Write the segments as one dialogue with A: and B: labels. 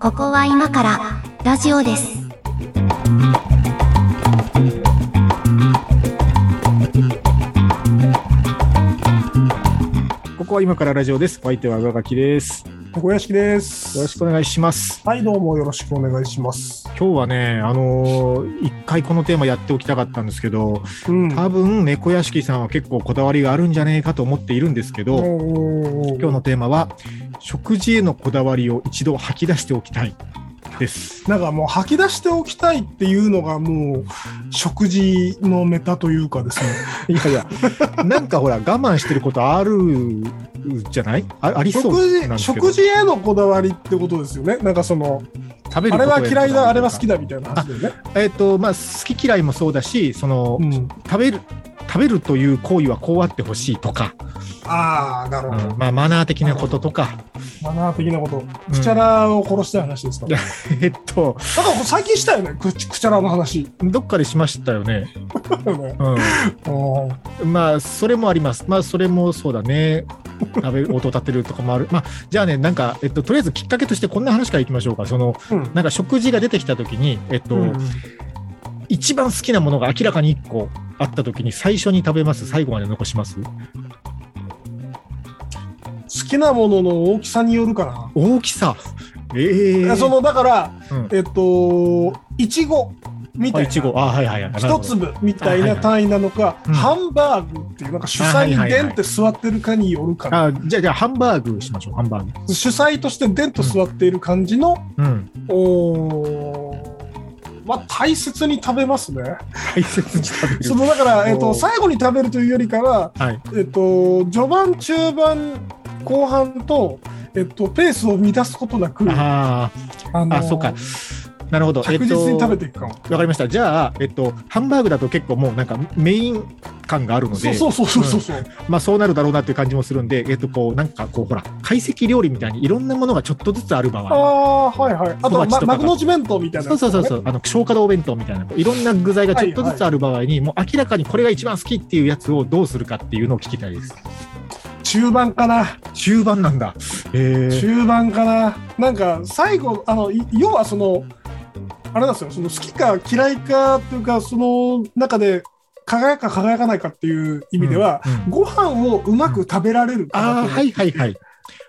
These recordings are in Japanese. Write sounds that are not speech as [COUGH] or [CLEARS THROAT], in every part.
A: ここは今からラジオです。
B: ここは今からラジオです。お相手は上垣です。よ
C: 小屋敷です。
B: ろしくお願いします。
C: はい、どうもよろしくお願いします。
B: 今日はね、あのー一回このテーマやっておきたかったんですけど、
C: うん
B: 多分猫屋敷さんは結構こだわりがあるんじゃねえかと思っているんですけど、今日のテーマは、食事へのこだわりを一度吐き出しておきたい
C: [LAUGHS]
B: です。
C: なんかもう吐き出しておきたいっていうのがもう食事のネタというかですね。
B: [LAUGHS] いやいや、なんかほら、我慢してることあるじゃないあありそう
C: 食
B: なんで
C: 事
B: すけど
C: 食事へのこだわりってことですよね。なんかその
B: 食べる
C: あ
B: こと
C: れ
B: へ
C: は
B: の
C: 嫌いだあれは好き
B: だ。
C: だみたいな話だよね。
B: えっ、と、まあ、好き嫌いもそうだし、その、
C: うん、
B: 食べる食べるという行為はこうあってほしいとか、
C: ああなるほど。
B: まあ、マナー的なこととか、 [LAUGHS]
C: マナー的なこと。
B: うん
C: クチャラを殺したい話ですか
B: いや
C: ら。
B: えっと
C: なんか最近したよね。クチクチャラの話。
B: どっかでしましたよね、
C: だよ [LAUGHS] ねう
B: うん、まあそれもありますまあそれもそうだね食べる音立てるとかもあるまあじゃあねなんか、えっと、とりあえずきっかけとしてこんな話からいきましょうかその
C: んうん
B: なんか食事が出てきた時に、えっと
C: うん
B: 一番好きなものが明らかに1個あった時に最初に食べます最後まで残します
C: 好きなものの大きさによるかな。
B: 大きさえ
C: い
B: え
C: やそのだから、
B: うん
C: えっといちごみた
B: あ
C: い
B: い
C: な
B: ちごあはいはいはいなるほ
C: 一
B: ど
C: 粒みた
B: あは
C: い
B: い
C: な
B: はい
C: 単位なのか、
B: うん
C: ハンバーグっていうなんか主
B: あは
C: 菜
B: いは
C: に
B: いはい
C: でんって座ってるかによるかな、
B: あじゃあじゃあハンバーグしましょうハンバーグ
C: 主菜としてでんと座っている感じの、
B: うん
C: おーまあ大切に食べますね。
B: 大切に食べ
C: そのだから、えっ
B: お
C: と、
B: ー
C: 最後に食べるというよりかは、
B: はい。
C: えっと、序盤中盤後半と、えっと、ペースを乱すことなく
B: あ
C: あ
B: ー
C: の
B: あ、そうか。なるほど。
C: 確実に食べ
B: て。
C: ていくかも。
B: わかりました。じゃあ、えっと、ハンバーグだと結構もうなんかメイン感があるの
C: そう
B: で、
C: そうそうそうそう。
B: まあそうなるだろうなっていう感じもするんで、えっと、こう、なんかこう、ほら、懐石料理みたいにいろんなものがちょっとずつある場合。
C: ああ、はいはい。あと、
B: 小鉢と
C: ま、
B: か
C: マグノジメントみたいな、
B: そうそうそうそう、あの消化道弁当みたいな、こういろんな具材がちょっとずつある場合に、もう明らかにこれが一番好きっていうやつをどうするかっていうのを聞きたいです。
C: 中盤かな。
B: 中盤なんだ。へえ。
C: 中盤かな。なんか、最後、あの、い要はその、あれなんですよ、その好きか嫌いかっていうか、その中で輝くか輝かないかっていう意味では、
B: うんうん
C: ご飯をうまく食べられるかな
B: ああ、
C: と
B: はいはいはい。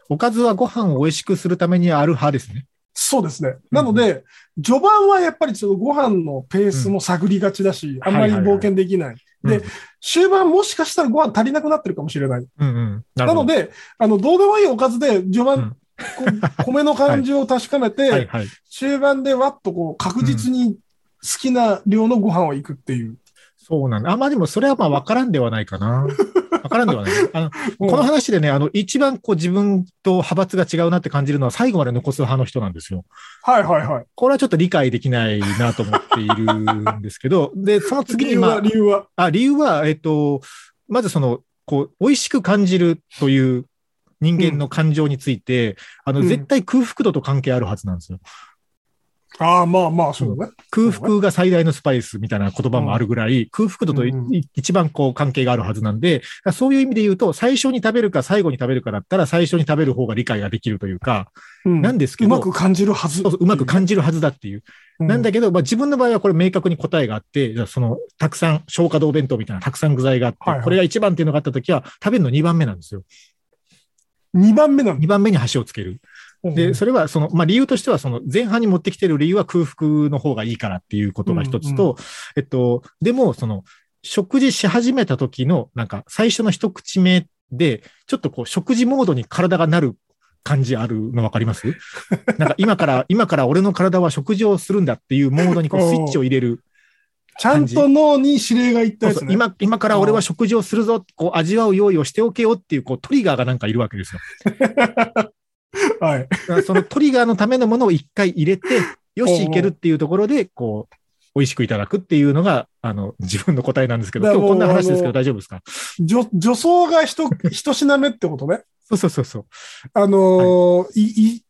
B: おかずはご飯を美味しくするためにある派ですね。
C: そうですね。なので、序盤はやっぱりちょっとご飯のペースも探りがちだし、あんまり冒険できない。
B: はいはいはい
C: で、終盤もしかしたらご飯足りなくなってるかもしれない。
B: うんうん。な
C: な
B: るほ
C: の
B: ど。
C: で、あの、どうでもいいおかずで、序
B: う
C: 盤
B: ん、
C: こう米の感じを確かめて、
B: [LAUGHS] はいはい。
C: 終盤でわっとこう、確実に好きな量のご飯をいくっていう。
B: そうなんだ。あ、まあでもそれはまあ分からんではないか
C: [LAUGHS]
B: な。分からんではない。あのこの
C: うん
B: 話でね、あの、一番こう自分と派閥が違うなって感じるのは最後まで残す派の人なんですよ。
C: はいはいはい。
B: これはちょっと理解できないなと思っているんですけ
C: [LAUGHS]
B: ど、で、その次
C: 理
B: に
C: 由
B: ま
C: は、
B: あ、
C: 理由は。
B: あ理由は、えっと、まずその、こう、美味しく感じるという人間の感情について、あの、
C: うん
B: 絶対空腹度と関係あるはずなんですよ。
C: ああ、まあまあ、そうだね。
B: 空腹が最大のスパイスみたいな言葉もあるぐらい、空腹度とい
C: うん
B: 一番こう関係があるはずなんで、そういう意味で言うと、最初に食べるか最後に食べるかだったら、最初に食べる方が理解ができるというか、
C: うん
B: なんですけ
C: う
B: ど、
C: まく感じるはず。
B: そうそううまく感じるはずだっていう。なんだけど、まあ自分の場合はこれ明確に答えがあって、じゃあその、たくさん、消化道弁当みたいなたくさん具材があって、
C: はいはい
B: これが一番っていうのがあった時は、食べるの2番目なんですよ。
C: 2番目なん
B: 2番目に箸をつける。
C: だ。う
B: で、
C: ん
B: それはその、まあ、理由としては、その前半に持ってきてる理由は空腹の方がいいからっていうことが一つと、
C: うん
B: えっと、でも、その、食事し始めた時の、なんか、最初の一口目で、ちょっとこう、食事モードに体がなる感じあるの分かります
C: [LAUGHS]
B: なんか、今から、今から俺の体は食事をするんだっていうモードにこう、スイッチを入れる。
C: ちゃんと脳に指令がいっ
B: そ
C: た
B: う
C: や
B: そ
C: つ
B: う
C: ね。
B: 今、今から俺は食事をするぞ、こう、味わう用意をしておけよっていう、こう、トリガーがなんかいるわけですよ。
C: はい。
B: だからそのトリガーのためのものを一回入れて、
C: [LAUGHS]
B: よし、いけるっていうところで、こう、美味しくいただくっていうのが、あの、自分の答えなんですけど、
C: だか
B: 今
C: ら
B: 日こんな
C: もう
B: 話ですけど
C: あの
B: 大丈夫ですか
C: 女女装
B: [LAUGHS]
C: がひと一品目ってことね。
B: そうそうそうそう。
C: あのーいい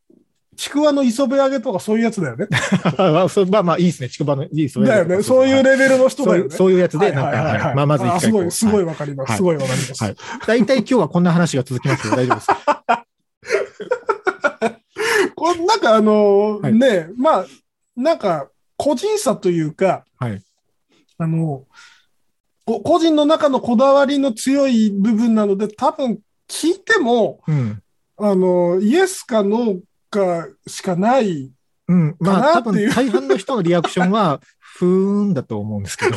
C: ちくわの磯辺揚げとかそういうやつだよね。
B: あそう [LAUGHS] まあまあいいですね。ちくばのいいそういう
C: だ
B: や
C: よ
B: つ
C: ね。そういう
B: はい
C: レベルの人
B: そう
C: だ
B: い
C: よ
B: う
C: ね。
B: そういうやつ
C: は
B: で、
C: い
B: なん
C: はいはいはい
B: か、はいまあ、まず一
C: あ
B: 回
C: すご
B: こう
C: い、すご
B: はい
C: わかりま
B: は
C: す。
B: い
C: すごいわかります。
B: はい。大体今日はこんな話が続きますけど、大丈夫です。
C: [LAUGHS] これなんかあの、
B: はい
C: ね、まあ、なんか、個人差というか、
B: はい。
C: あの、こ個人の中のこだわりの強い部分なので、多分聞いても、
B: うん。
C: あの、イエスかノーかしかない。
B: うん。まあ、
C: か
B: 多
C: なっていう
B: 分、大半の人のリアクションは、ふーんだと思うんです
C: [LAUGHS]
B: けど、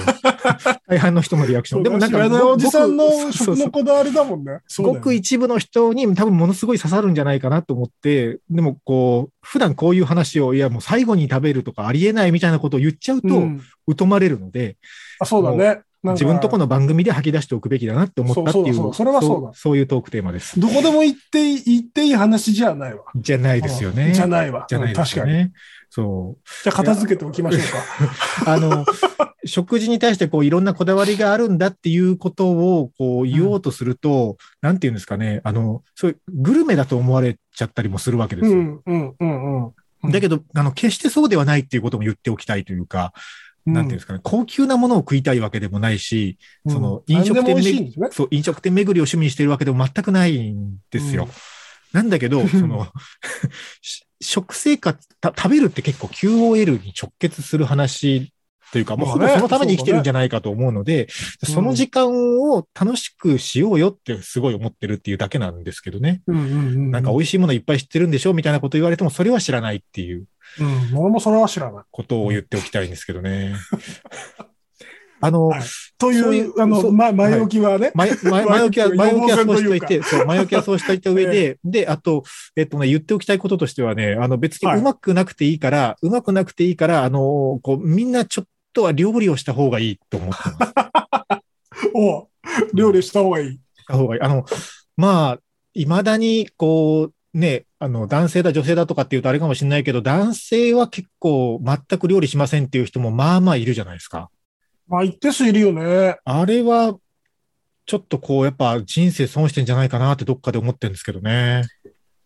B: 大半の人のリアクション。でもなん
C: 知
B: か、
C: らないおじさんの
B: 僕そう
C: 食
B: そう
C: のこだわりだもんね。
B: ごく一部の人に多分ものすごい刺さるんじゃないかなと思って、でもこう、普段こういう話を、いやもう最後に食べるとかありえないみたいなことを言っちゃうと、
C: うん
B: 疎まれるので、
C: あそうだね。なんか
B: 自分とこの番組で吐き出しておくべきだなって思ったっていう、
C: そうそうそうそれはそうだ
B: そういうトークテーマです。
C: どこでも行っていい、行っていい話じゃないわ。
B: じゃないですよね。
C: じゃ
B: い。
C: ないわ。
B: じゃないですよ
C: うん確かに。
B: ね。そう。
C: じゃあ片付けておきましょうか。
B: あの、 [LAUGHS] 食事に対してこういろんなこだわりがあるんだっていうことをこう言おうとすると、なんていうんですかね、あの、そういうグルメだと思われちゃったりもするわけです
C: う
B: よ。
C: ん、うん、うん、うん。うん
B: だけど、あの、決してそうではないっていうことも言っておきたいというか、なんていうんですかね、高級なものを食いたいわけでもないし、
C: うん
B: その
C: うん
B: 飲食
C: 何でも
B: 店
C: 美味し
B: め
C: いんですね。
B: そう、飲食店巡りを趣味にしてるわけでも全くないんですよ。
C: うん
B: なんだけ
C: [LAUGHS]
B: ど、その、 [LAUGHS] し食生活た、食べるって結構 QOL に直結する話というか、もうほぼ
C: まあね
B: そのために生きてるんじゃないかと思うので、
C: そうだね
B: その時間を楽しくしようよってすごい思ってるっていうだけなんですけどね。
C: うんうんう
B: なんか美味しいものいっぱい知ってるんでしょみたいなこと言われても、それは知らないっていう。
C: うん、俺もそれは知らない。
B: ことを言っておきたいんですけどね。 [LAUGHS] あの、
C: はいという、
B: そういう
C: あの、
B: そう
C: ま、前置きはね、
B: 前前前置きは、
C: 予防
B: 前置きは
C: 線
B: そうし
C: と
B: と
C: いう
B: い
C: か
B: て、そう、前置きはそうしといた上 [LAUGHS] で、で、あと、えっとね、言っておきたいこととしてはね、あの、別に
C: はいう
B: まくなくていいから、うまくなくていいから、あの、こう、みんなちょっとは料理をした方がいいと思って [LAUGHS] ます。
C: を料理した方がいい。
B: した方がいい。あの、まあ、いまだに、こう、ね、あの、男性だ、女性だとかっていうとあれかもしれないけど、男性は結構全く料理しませんっていう人もまあまあいるじゃないですか。
C: まあ、一定数いるよね。
B: あれは、ちょっとこう、やっぱ人生損してんじゃないかなってどっかで思ってるんですけどね。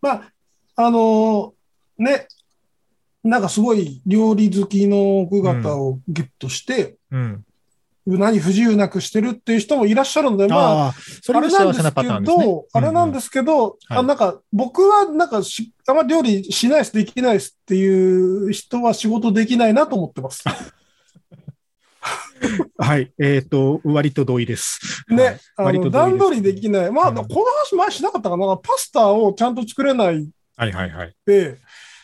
C: まあ、あのーね、なんかすごい料理好きの奥方をゲットして、
B: うん。
C: 何不自由なくしてるっていう人もいらっしゃるので、まあ、
B: ああ、それが幸せなパターンですね。
C: あれなんですけど、
B: うんうん
C: あなんか僕はなんかしあんま料理しないです、できないですっていう人は仕事できないなと思ってます。
B: はい。えっ、と、割と同意です。
C: ね、あ
B: 割と
C: の
B: 同意です
C: 段取りできない。まあ、
B: うん
C: この話前しなかったかな。パスタをちゃんと作れないっ
B: はい。はいはいはい。
C: て、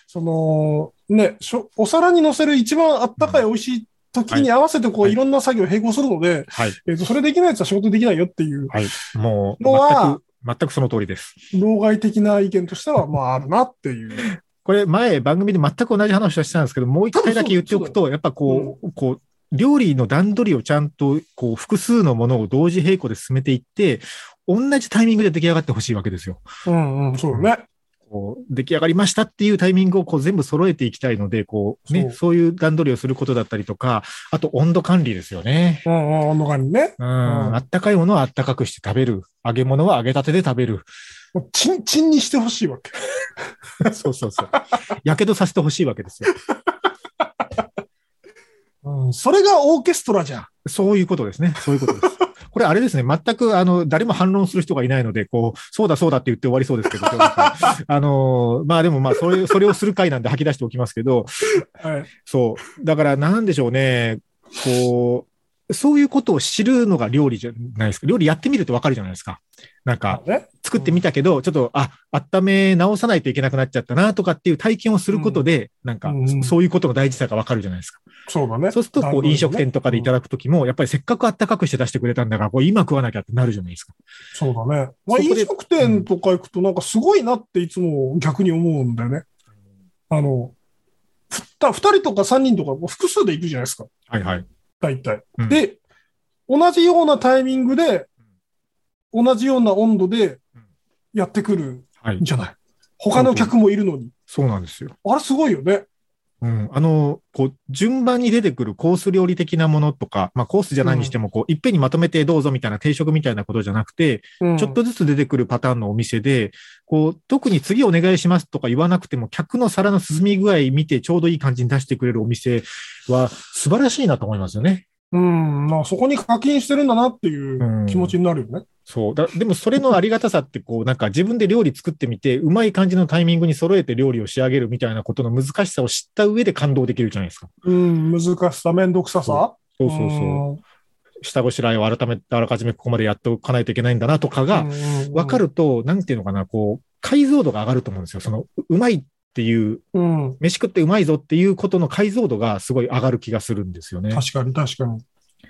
C: その、ね、しょお皿に乗せる一番あったかい美味しい時に合わせてこう、、
B: はいい
C: ろんな作業を並行するので、
B: はい。
C: えっ、と、それできないやつは仕事できないよっていう、
B: はい。もう、
C: のは
B: 全く、全くその通りです。
C: 老害的な意見としては、まあ、あるなっていう。
B: これ前番組で全く同じ話をしてたんですけど、もう一回だけ言っておくと、やっぱこう、こう、料理の段取りをちゃんと、こう、複数のものを同時並行で進めていって、同じタイミングで出来上がってほしいわけですよ。
C: うんうん、そうだね。
B: こう出来上がりましたっていうタイミングをこう全部揃えていきたいので、こうね、
C: そ
B: そうういう段取りをすることだったりとか、あと温度管理ですよね。
C: うんうん、あの感じね。
B: うん、
C: うん
B: あったかいものはあったかくして食べる。揚げ物は揚げたてで食べる。
C: もうチンチンにしてほしいわけ。
B: そうそうそう。 [LAUGHS] やけどさせてほしいわけですよ。
C: それがオーケストラじゃん。
B: そういうことですね。そういうことです。これあれですね。全く、あの、誰も反論する人がいないので、こう、そうだそうだって言って終わりそうですけど、今日はあのー、まあでもまあ、それ、それをする回なんで吐き出しておきますけど、
C: はい。
B: そう。だから、なんでしょうね。こう、そういうことを知るのが料理じゃないですか。料理やってみるとわかるじゃないですか。なんか、
C: ね、
B: 作ってみたけど、ちょっと、あ、温め直さないといけなくなっちゃったな、とかっていう体験をすることで、なんか
C: うんうん、
B: そういうことの大事さがわかるじゃないですか。
C: そうだね。
B: そうすると、こう、飲食店とかでいた
C: だ
B: だ
C: く。
B: くときも、やっぱりせっかく温かくして出してくれたんだから、こう、今食わなきゃってなるじゃないですか。
C: そうだね。まあ、
B: そ
C: 飲
B: こで
C: 食店とか行くと、なんかすごいなっていつも逆に思うんだよね。あの、ふた2人とか3人とか、複数で行くじゃないですか。
B: はいはい。
C: 大体。
B: うん
C: で、同じようなタイミングで、同じような温度で
B: うん
C: やってくる
B: はい
C: ん。じゃない。他の客もいるのに。
B: そうなんですよ。
C: あれすごいよね。
B: うん、あの、こう、順番に出てくるコース料理的なものとか、まあコースじゃないにしても、こう、いっぺんにまとめてどうぞみたいな定食みたいなことじゃなくて、
C: うん
B: ちょっとずつ出てくるパターンのお店で、こう、特に次お願いしますとか言わなくても、客の皿の進み具合見てちょうどいい感じに出してくれるお店は素晴らしいなと思いますよね。
C: うん、まあそこに課金してるんだなっていう気持ちになるよね。
B: そう。だでもそれのありがたさって、こう、なんか自分で料理作ってみて、うまい感じのタイミングに揃えて料理を仕上げるみたいなことの難しさを知った上で感動できるじゃないですか。
C: うん、難しさ、めんどくささ。
B: そうそうそう。下ごしらえを改めて、あらかじめここまでやっておかないといけないんだなとか
C: うん。
B: が、分か
C: る。
B: ると、なんていうのかな、こう、解像度が上がると思うんですよ。その、ううまいっていう、
C: うん、
B: 飯食ってうまいぞっていうことの解像度がすごい上がる気がするんですよね。
C: 確かに確かに。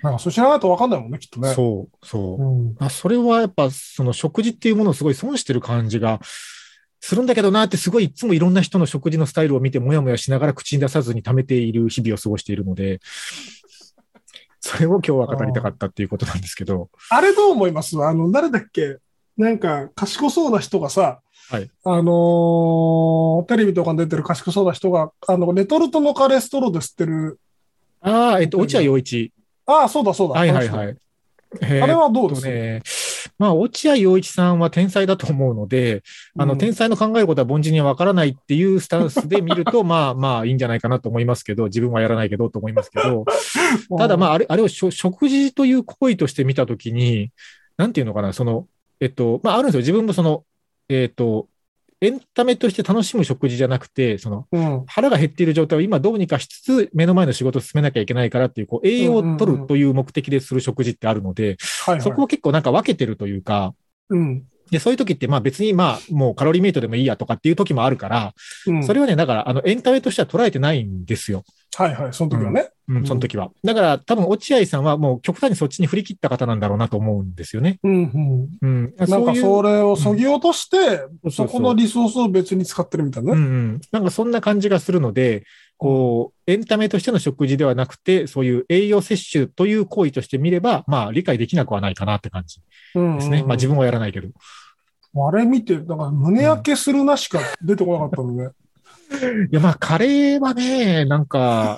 C: なんかそう知らないと分かんないもんね、きっとね。
B: そう、そう
C: う。ん。
B: あそれはやっぱ、その食事っていうものをすごい損してる感じがするんだけどなって、すごいいつもいろんな人の食事のスタイルを見て、もやもやしながら口に出さずに溜めている日々を過ごしているの [LAUGHS] で、それを今日は語りたかったっていうことなんですけど、
C: あれどう思いますあの、誰だっけなんか、賢そうな人がさ、
B: はい
C: あのーテレビとかに出てる賢そうな人が、あの、レトルトのカレーストローで吸ってる。
B: ああ、えっと、落合陽一。
C: ああ、そうだそうだ。。
B: はいはいはいい。
C: あれ
B: えーっ
C: はどうで
B: と
C: す
B: ね、まあ、落合陽一さんは天才だと思うので、あの、
C: うん
B: 天才の考えることは凡人にはわからないっていうスタンスで見ると、 [LAUGHS] まあまあいいんじゃないかなと思いますけど、自分はやらないけどと思いますけど、ただま
C: あ、
B: あ、あれ、あれをしょ食事という行為として見たときに、なんていうのかな、その、えっと、まあ、あるんですよ。自分もその、えっと、エンタメとして楽しむ食事じゃなくて、その、
C: うん。
B: 腹が減っている状態を今どうにかしつつ、目の前の仕事を進めなきゃいけないからっていう、こう、栄養を取るという目的でする食事ってあるので、
C: はい、はい。
B: そこを結構なんか分けてるというか、
C: うん。
B: で、そういう時って、まあ別にまあ、もうカロリーメイトでもいいやとかっていう時もあるから、
C: うん、
B: それはね、だから、あの、エンタメとしては捉えてないんですよ。
C: はいはい、その時はね。
B: うん、その時は。だから、多分、落合さんはもう極端にそっちに振り切った方なんだろうなと思うんですよね。
C: うん、うん。
B: うん。
C: なん
B: そう
C: か
B: いう
C: それをそぎ落として、
B: うん
C: そこのリソースを別に使ってるみたいな
B: うんう
C: ね。
B: ん。なんかそんな感じがするので、こう、エンタメとしての食事ではなくて、そういう栄養摂取という行為として見れば、まあ、理解できなくはないかなって感じ
C: うん
B: ですね。まあ、自
C: 分。
B: 分はやらないけど。
C: あれ見て、なんか胸焼けするなしか出てこなかったのね。
B: いや、まあ、カレーはね、なん
C: [LAUGHS]
B: か、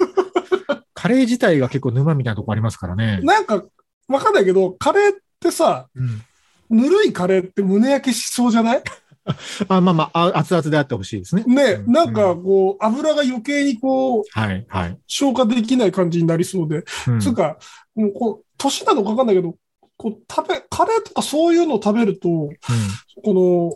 B: カレー自体が結構沼みたいなとこありますからね。
C: なんか、わかんないけど、カレーってさ、
B: うん。
C: ぬるいカレーって胸焼けしそうじゃない
B: あまあまあ、あ熱々であってほしいですね。
C: ね、
B: うん
C: なんかこう、油が余計にこう、
B: はい、はい。
C: 消化できない感じになりそうで、
B: うん
C: つうか、もうこう、年なのかわかんないけど、こう、食べ、カレーとかそういうのを食べると、こ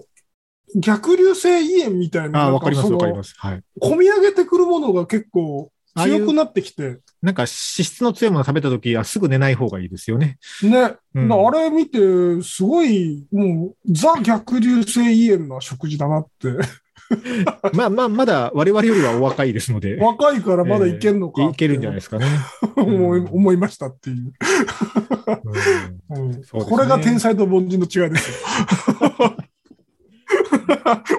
C: の、逆流性胃炎みたい
B: うん
C: な、
B: あ
C: なん
B: わかります、
C: その
B: わかります。はい。
C: 込み上げてくるものが結構
B: ああい
C: 強
B: う
C: くなってきて、
B: なんか脂質の強いもの食べたときはすぐ寝ない方がいいですよね。
C: ね、
B: うん
C: なあれ見て、すごい、もう、ザ逆流性胃炎な食事だなって、
B: [LAUGHS] まあまあ、まだ我々よりはお若いですので、
C: 若いからまだいけんのか、
B: いけるんじゃないですかね。
C: か、 [LAUGHS] 思い思いましたっていう。
B: うん
C: うん
B: そうですね
C: これが天才と凡人の違いですよ。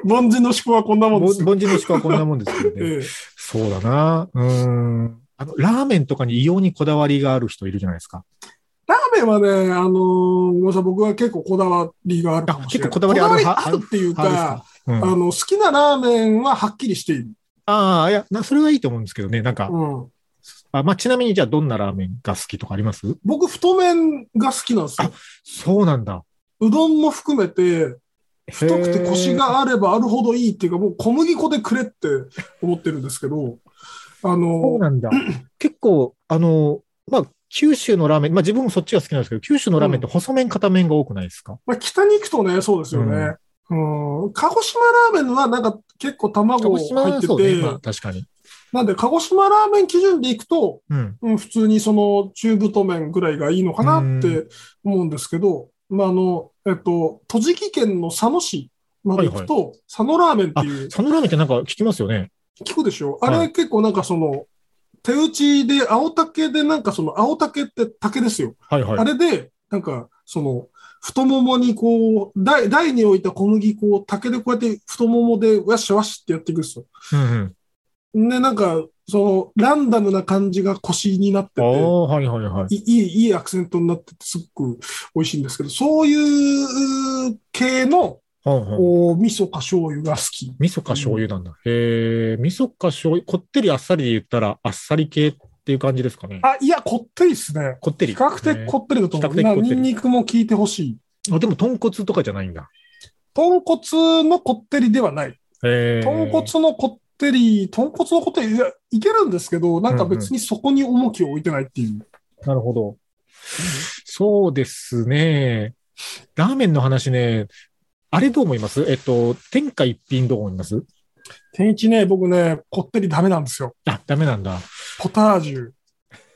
C: 凡人の思考はこんなもん
B: ぼ [LAUGHS]
C: ですよ。
B: 凡人の思考はこんなもんですけどね。
C: [LAUGHS] ええ
B: そうだな。うん。あの、ラーメンとかに異様にこだわりがある人いるじゃないですか。
C: ラーメンはね、あのーごめんなさい、僕は結構こだわりがあるかもしれない。
B: あ結構こだわりある
C: こだわりあるっていうか
B: あ、るんですか
C: あの、好きなラーメンははっきりしている。
B: ああ、いや、なそれはいいと思うんですけどね。なんか、
C: うん、
B: あまあ、ちなみにじゃあどんなラーメンが好きとかあります
C: 僕、太麺が好きなんですよ。
B: そうなんだ。
C: うどんも含めて、太くて
B: へ
C: 腰
B: ー
C: があればあるほどいいっていうか、もう小麦粉でくれって思ってるんですけど、あ
B: そう
C: の、
B: なん
C: [LAUGHS]
B: だ。結構、あの、まあ、九州のラーメン、まあ自分もそっちが好きなんですけど、九州のラーメンって細麺、片麺が多くないですか、
C: まあ、北に行くとね、そうですよね。うん、鹿児島ラーメンはなんか結構
B: 鹿
C: 卵
B: 児島
C: 入
B: は
C: って
B: そう
C: て、
B: ね、まあ確かに。
C: なんで鹿児島ラーメン基準で行くと、
B: うん。
C: うん、普通にその中太麺ぐらいがいいのかなっ
B: う
C: て思うんですけど、まあ、あの、えっと、栃木県の佐野市まで行くと、佐野ラーメンっていう、
B: 佐野ラーメンってなんか聞きますよね。
C: 聞くでしょあ
B: はい
C: れ結構なんかその、手打ちで青竹でなんかその青竹って竹ですよ。
B: はいはい。
C: あれで、なんかその、太ももにこう、台台に置いた小麦粉を竹でこうやって太ももでわしわしってやっていくんですよ。
B: うんうん。
C: で、なんか、その、ランダムな感じが腰になって
B: あ
C: て、
B: あ、はいはいはい。
C: いいい、いいアクセントになってて、すごく美味しいんですけど、そういう系の
B: うんうん
C: お味噌か醤油が好き。
B: 味噌か醤油なんだ。へえ、味噌か醤油、こってりあっさりで言ったら、あっさり系っていう感じですかね。
C: あ、いや、こってりですね。
B: こって
C: 比
B: り。
C: 較的こってりだと思
B: 比較的こ
C: う。な
B: ってり
C: ニンニクも効いてほしい。
B: あでも、豚骨とかじゃないんだ。
C: 豚骨のこってりではない。
B: へえ。
C: 豚骨のこってり、豚骨のこってり、いやいけるんですけど、なんか別にそこに重きを置いてないっていう。
B: なるほど。そうですね。ラーメンの話ね、あれどう思いますえっと、天下一品どう思います
C: 天一ね、僕ね、こってりダメなんですよ。
B: あ、ダメなんだ。
C: ポタージュ。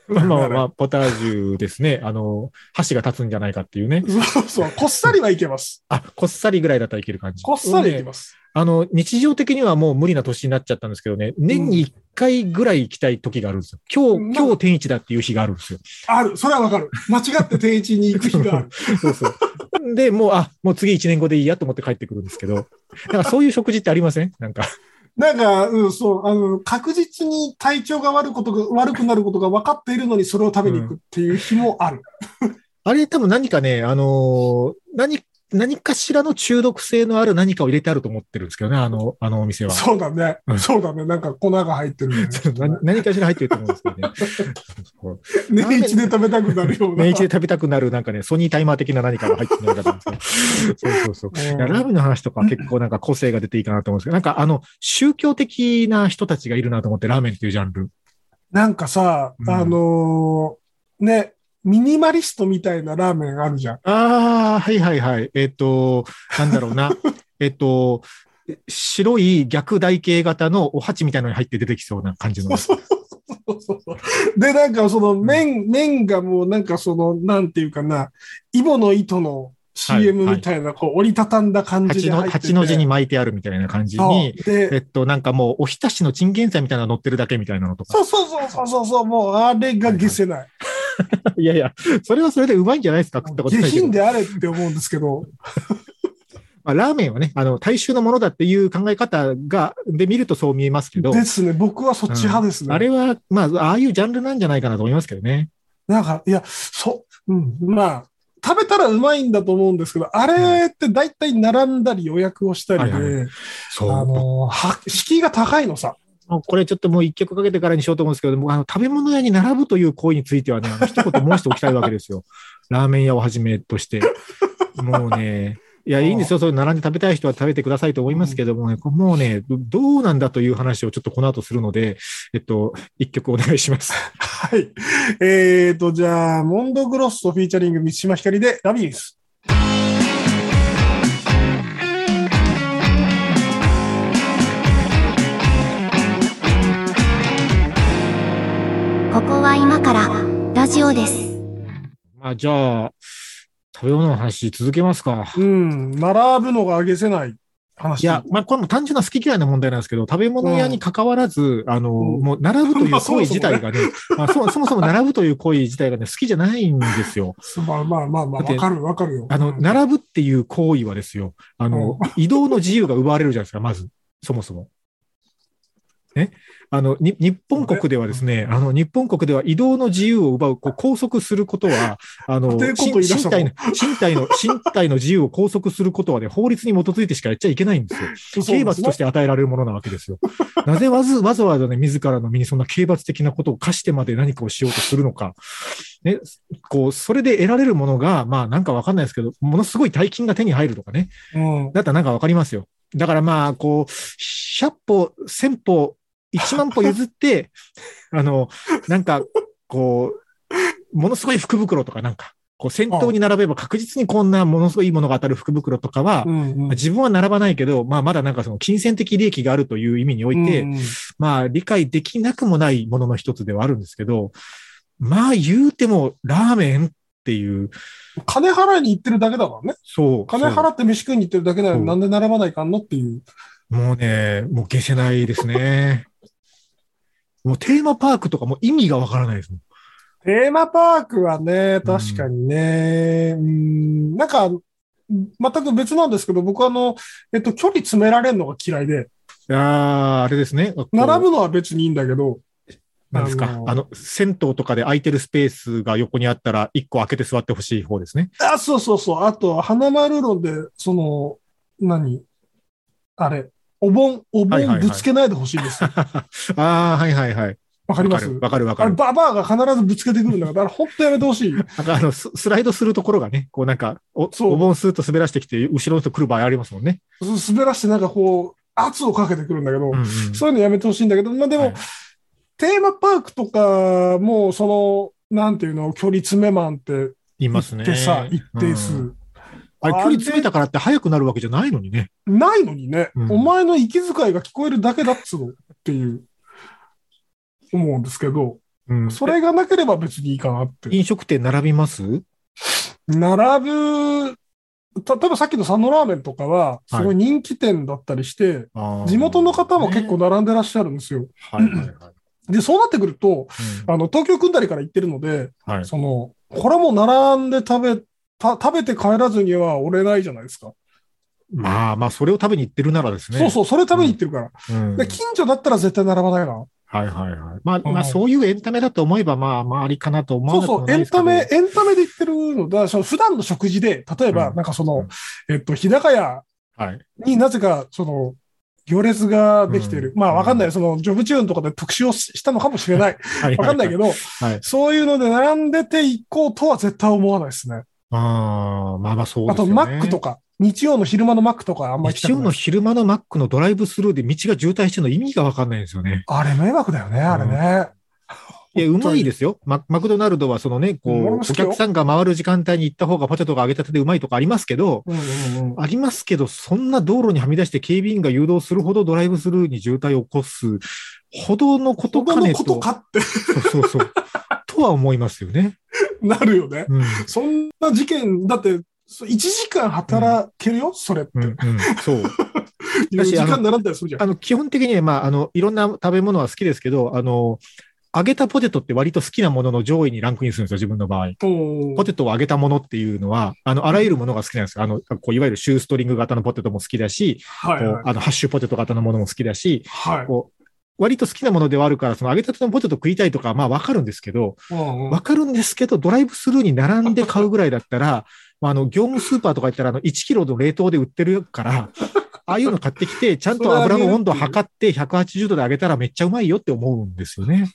B: まあまあま
C: [LAUGHS]
B: あ、ポタージュですね。あの、箸が立つんじゃないかっていうね。
C: そうそう、こっさりはいけます。
B: あ、こっさりぐらいだったらいける感じ。
C: こっさりいけ
B: ね
C: ます。
B: あの、日常的にはもう無理な年になっちゃったんですけどね、年に1回ぐらい行きたい時があるんですよ。今
C: うん
B: 日、今日天一だっていう日があるんですよ。
C: ある、それはわかる。間違って天一に行く日がある。
B: そうそう。 [LAUGHS] で、もう、あ、もう次1年後でいいやと思って帰ってくるんですけど、なんかそういう食事ってありませんなんか、
C: なんか、うん、そう、あの、確実に体調が悪いことが悪くなることが分かっているのに、それを食べに行くっていう日もある。
B: あれ多分何かね、あのー何、何かしらの中毒性のある何かを入れてあると思ってるんですけどね、あの、あのお店は。
C: そうだね
B: う。ん
C: そうだね。なんか粉が入ってるね。
B: [LAUGHS] 何何かしら入ってると思うんですけどね。 [LAUGHS] そう
C: 年一で食べたくなるような。
B: [LAUGHS] 年一で食べたくなる、なんかね、ソニータイマー的な何かが入ってるんだと思うんです [LAUGHS] けど。そうそうそう。
C: うん
B: いやラーメンの話とかは結構なんか個性が出ていいかなと思うんですけど、なんかあの、宗教的な人たちがいるなと思って、ラーメンっていうジャンル。
C: なんかさ、
B: うん
C: あのーね、ミニマリストみたいなラーメンあるじゃん。
B: ああ、はいはいはい。えっ、と、なんだろう [LAUGHS] な。えっと、白い逆台形型のお鉢みたいなのに入って出てきそうな感じの。
C: で、なんかその麺、麺がもうなんかその、なんていうかな、イボの糸の CM みたいな、こう折りたたんだ感
B: 八
C: じで入
B: の
C: ってて。
B: 八の字に巻いてあるみたいな感じ
C: そう
B: に、
C: で
B: えっと、なんかもう、おひたしのチンゲン菜みたいなの乗ってるだけみたいなのとか。
C: そうそうそうそうそうそう、もうあれが下せない。
B: [LAUGHS] いやいや、それはそれでうまいんじゃないですか食ったこと
C: 下
B: ないけど
C: 品。であれって思うんですけど、
B: まあ、ラーメンはね、あの、大衆のものだっていう考え方が、で見るとそう見えますけど、
C: ですね、僕はそっち派ですね。
B: あれは、まあ、ああいうジャンルなんじゃないかなと思いますけどね。
C: なんか、いや、そう、うん、まあ、食べたらうまいんだと思うんですけど、あれって大体並んだり予約をしたりで、
B: はいは
C: あ
B: そ
C: のは、敷居が高いのさ。
B: これちょっともう一曲かけてからにしようと思うんですけど、僕、あの、食べ物屋に並ぶという行為についてはね、あの一言申しておきたいわけです [LAUGHS] よ。ラーメン屋をはじめとして。もうね、いや、いいんですよ。そういう並んで食べたい人は食べてくださいと思いますけどもね、もうね、どどうなんだという話をちょっとこの後するので、えっと、一曲お願いし [LAUGHS] ます。
C: はい。えーと、じゃあ、モンドグロスとフィーチャリング三島ひかりでラビリンス。
A: ここは今からラジオです。
B: まあ、じゃあ、食べ物の話続けますか。
C: うん、並ぶのが上げせない話。
B: いや、まあ、これも単純な好き嫌いな問題なんですけど、食べ物屋に関わらず、あの、
C: うん
B: もう並ぶという行
C: ま
B: 為
C: あそもそも
B: 自体が
C: [LAUGHS]
B: ね、まあそそもそも並ぶという行為自体がね、好きじゃないんですよ。
C: まあまあまあまあ、
B: だって
C: わかるわかるよ。
B: あの、並ぶっていう行為はですよ、あの、移動の自由が奪われるじゃないですか、まず、そもそも。ね。あの、に日本国ではですね、あの、日本国では移動の自由を奪う、こう、拘束することは、あ
C: [LAUGHS]
B: の、
C: っていうこと言い出
B: し
C: した
B: 身
C: の
B: 体の、身体
C: [LAUGHS]
B: の、身体の自由を拘束することはね、法律に基づいてしかやっちゃいけないんですよ。
C: そう
B: 刑罰として与えられるものなわけですよ。なぜわずわざわざね、自らの身にそんな刑罰的なことを課してまで何かをしようとするのか。ね、こう、それで得られるものが、まあなんかわかんないですけど、ものすごい大金が手に入るとかね。
C: うん。
B: だったらなんかわかりますよ。だからまあ、こう、100歩、1000歩、1万歩譲
C: [LAUGHS]
B: って、あの、なんか、こう、ものすごい福袋とかなんか、こう、先頭に並べば確実にこんなものすごいいいものが当たる福袋とかは
C: う、んうん
B: 自分は並ばないけど、まあ、まだなんかその金銭的利益があるという意味において、
C: うん
B: まあ、理解できなくもないものの一つではあるんですけど、まあ、言うても、ラーメンっていう、
C: 金払いに行ってるだけだからね。
B: そう。
C: 金払って飯食いに行ってるだけなの
B: そ
C: に
B: う
C: なんで並ばないかんのっていう。
B: もうね、もう消せないですね。もうテーマパークとかも意味がわからないですもん。
C: テーマパークはね、確かにね、うん、なんか、全く別なんですけど、僕はあの、えっと、距離詰められるのが嫌いで、
B: あーあれですね。こう
C: 並ぶのは別にいいんだけど、
B: なんですか
C: あの
B: あの、銭湯とかで空いてるスペースが横にあったら、一個開けて座ってほしい方ですね。
C: あ、そうそうそう、あと、花丸論で、その、何あれ、お盆、
B: は
C: お
B: いはい
C: 盆
B: はい
C: ぶつけないでほしい
B: [LAUGHS]
C: です。わ、
B: ああ、はいはいはい。
C: かります
B: わかるわか
C: あれ、
B: る。
C: ババアが必ずぶつけてくるんだから、だから本当やめてほしい。
B: なんかあのス、スライドするところがね、こうなんか、お、
C: そう
B: お盆スーッと滑らしてきて、後ろの人来る場合ありますもんね。
C: そう滑らしてなんかこう、圧をかけてくるんだけど、
B: うんうん
C: そういうのやめてほしいんだけど、まあでも、
B: はい
C: テーマパークとかも、その、なんていうの、距離詰めマンって
B: い
C: 言
B: ま
C: っ
B: すね。
C: てさ、一定
B: う
C: 数
B: ん。あれ、距離詰めたからって早くなるわけじゃないのにね。
C: ないのにね、
B: うん
C: お前の息遣いが聞こえるだけだっつうのっていう、思うんですけど、
B: うん
C: それがなければ別にいいかなって。
B: 飲食店並びます
C: 並ぶ、た例えばさっきの佐野ラーメンとかは、すごい人気店だったりして、地元の方も結構並んでらっしゃるんですよ。
B: はいはいはい。うん
C: で、そうなってくると、あの、東京組んだりから行ってるので、
B: はい。
C: その、これはもう並んで食べ、た食べて帰らずには折れないじゃないですか。
B: まあまあ、それを食べに行ってるならですね。
C: そうそう、それ食べに行ってるから。
B: う。ん、
C: で近所だったら絶対並ばないな。
B: はいはいはい。まあ、
C: う
B: まあ、
C: ん
B: そういうエンタメだと思えば、まあ、まあ、ありかなと思わ
C: そ
B: な
C: う
B: くも
C: そう、
B: な
C: エ
B: い
C: ン
B: ですけど
C: タメ、エンタメで言ってるのだ、その普段の食事で、例えば、
B: うん
C: なんかそうの
B: ん、
C: えっと、日高屋
B: はい。
C: になぜか、その、行列ができている。
B: うん
C: まあ、わかんない。その、ジョブチューンとかで特集をししたのかもしれない。
B: はい。
C: わかんないけ
B: ど。
C: ど、
B: はい。
C: そういうので並んでていこうとは絶対思わないですね。
B: ああ、まあまあ、そう
C: あ
B: ですよ
C: と、
B: ね。
C: マックと
B: か。
C: か、日曜の昼間のマックとかあんま行きた
B: 日
C: く
B: 曜
C: な
B: の
C: い。
B: 昼間のマックのドライブスルーで道が渋滞してるの意味がわかんないんですよね。
C: あれ迷惑だよね、あれね。
B: いや、うまいですよ。ママクドナルドはそのね、こ
C: うん
B: う、
C: 俺
B: お
C: も好きよ
B: 客さんが回る時間帯に行った方がポテトが揚げたてでうまいとかありますけど、
C: うんうんうん。
B: ありますけど、そんな道路にはみ出して警備員が誘導するほどドライブスルーに渋滞を起こすほどのこと
C: 男
B: か
C: の
B: ね。
C: こととかって
B: そうそうそう。とは思いますよね。
C: なるよね。
B: うん。
C: そんな事件、だって、そ1時間働けるよ、それって。
B: うん、うん。そう。
C: いう時
B: あの
C: 間並んだりするじゃん。
B: あの、基本的には、まあ、あの、いろんな食べ物は好きですけど、あの、揚げたポテトって割と好きなものの上位にランクインするんですよ、自分の場合。ポ
C: ポ
B: テトを揚げたものっていうのは、あの、あらゆるものが好きなんですよ。あの、こういわゆるシューストリング型のポテトも好きだし、
C: は
B: こ
C: いうはい
B: あの、ハッシュポテト型のものも好きだし、
C: はい。
B: こう、割と好きなものではあるから、その揚げたてのポテト食いたいとか、まあわかるんですけど、
C: うんうん
B: わかるんですけど、ドライブスルーに並んで買うぐらいだったら、まあ、あの、業務スーパーとか行ったら、あの、1キロの冷凍で売ってるから、ああいうの買ってきて、ちゃんと油の温度測って、180度で揚げたらめっちゃうまいよって思うんですよね。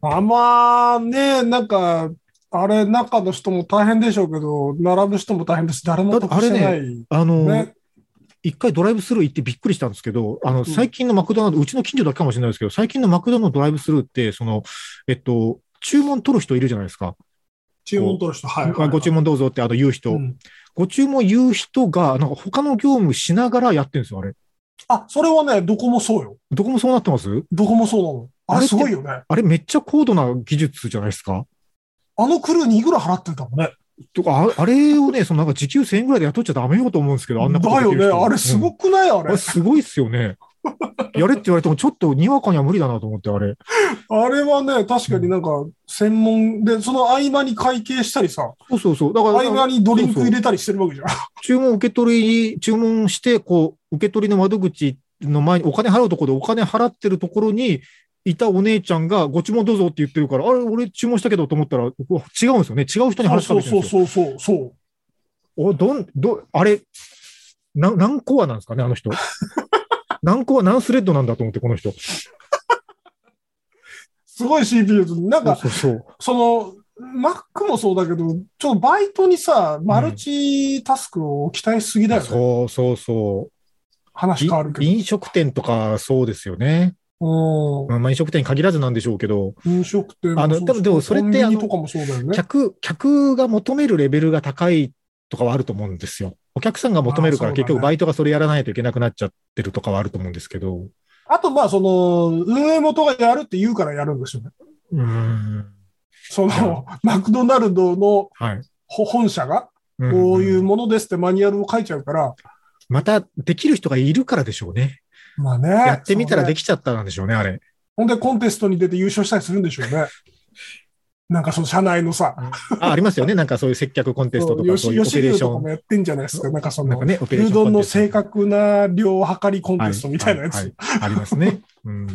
C: あまあね、なんか、あれ、中の人も大変でしょうけど、並ぶ人も大変です。誰も得して
B: だっ
C: な
B: て
C: い。
B: あの、
C: ね
B: 一回ドライブスルー行ってびっくりしたんですけど、あの、
C: ん
B: 最近のマクドナルド、うちの近所だけかもしれないですけど、最近のマクドナルドドライブスルーって、その、えっと、注文取る人いるじゃないですか。
C: 注文取る人、はいは
B: あ
C: い。
B: ご注文どうぞって、あの、言う人。
C: うん
B: ご注文言う人が、なんか他の業務しながらやってるんですよ、あれ。
C: あ、それはね、どこもそうよ。
B: どこもそうなってます
C: どこもそうなの。あ
B: あれ
C: れ
B: って
C: すごいよね。
B: あれめっちゃ高度な技術じゃないですか。
C: あのクルーにいくら払ってたもんね。
B: とか、ああれをね、そのなんか時給1000円ぐらいで雇っちゃダメよと思うんですけど、あんなこと
C: だ
B: できる
C: よ
B: 人
C: ね。あれす
B: う
C: ご
B: ん
C: くないあ
B: あ
C: れ
B: れ。すごいっすよね。やれって言われても、ちょっとにわかには無理だなと思って、あれ。
C: あれはね、確かになんか、専門で、その合間に会計したりさ、
B: そうそうそう。だか
C: 合
B: ら、
C: 間にドリンク入れたりしてるわけじゃん。
B: 注文受け取りに、注文して、こう、受け取りの窓口の前にお金払うところでお金払ってるところに、いたお姉ちゃんがご注文どうぞって言ってるから、あれ、俺注文したけどと思ったら、うわ違うんですよね。違う人に話しかけ
C: そう
B: てるん
C: そう
B: ですよ。
C: そうそうそう。
B: お、どん、ど、あれ、な何コアなんですかね、あの人。 [LAUGHS] 何コア、何スレッドなんだと思って、この人。
C: すごい CPU と、な
B: そ
C: ん
B: う
C: か、
B: そうそう。
C: その、マックもそうだけど、ちょっとバイトにさ、マルチタスクを期待しすぎだよね。
B: そうそうそう
C: 話変わる
B: い
C: けど。
B: 飲食店とかそうですよね。
C: う
B: まあ、飲食店に限らずなんでしょうけど、
C: ん飲食店
B: あの
C: そう
B: でもでもそれって
C: コンビ
B: あ
C: ニ
B: の
C: とかもそうだよね。
B: 客、客が求めるレベルが高いとかはあると思うんですよ。お客さんが求めるから
C: あそうだね
B: 結局バイトがそれやらないといけなくなっちゃってるとかはあると思うんですけど。
C: あと、まあ、その、運営元がやるって言うからやるんですよね。
B: うーん。
C: その、マクドナルドの
B: はい。
C: ほ本社が、
B: うん
C: こういうものですってマニュアルを書いちゃうから、
B: またできる人がいるからでしょうね。
C: まあね。
B: やってみたらでき
C: き
B: ちゃったなんでしょうね、あれ。
C: ほんで、コンテストに出て優勝したりするんでしょうね。
B: [LAUGHS]
C: なんか、その、社内のさ、
B: あありますよね。なんかそういう接客コンテストと
C: よ
B: か、
C: し
B: そういうオペレーシ
C: 牛とか
B: ョ
C: もやってんじゃないですか。なんかそ
B: ン。なん
C: の
B: か、ね、オペレー
C: 牛
B: ションコ
C: 丼
B: ン
C: の
B: テスト。
C: 正確な量を測りコンテストみたいなや
B: は
C: つ。
B: ははいありますね。うん。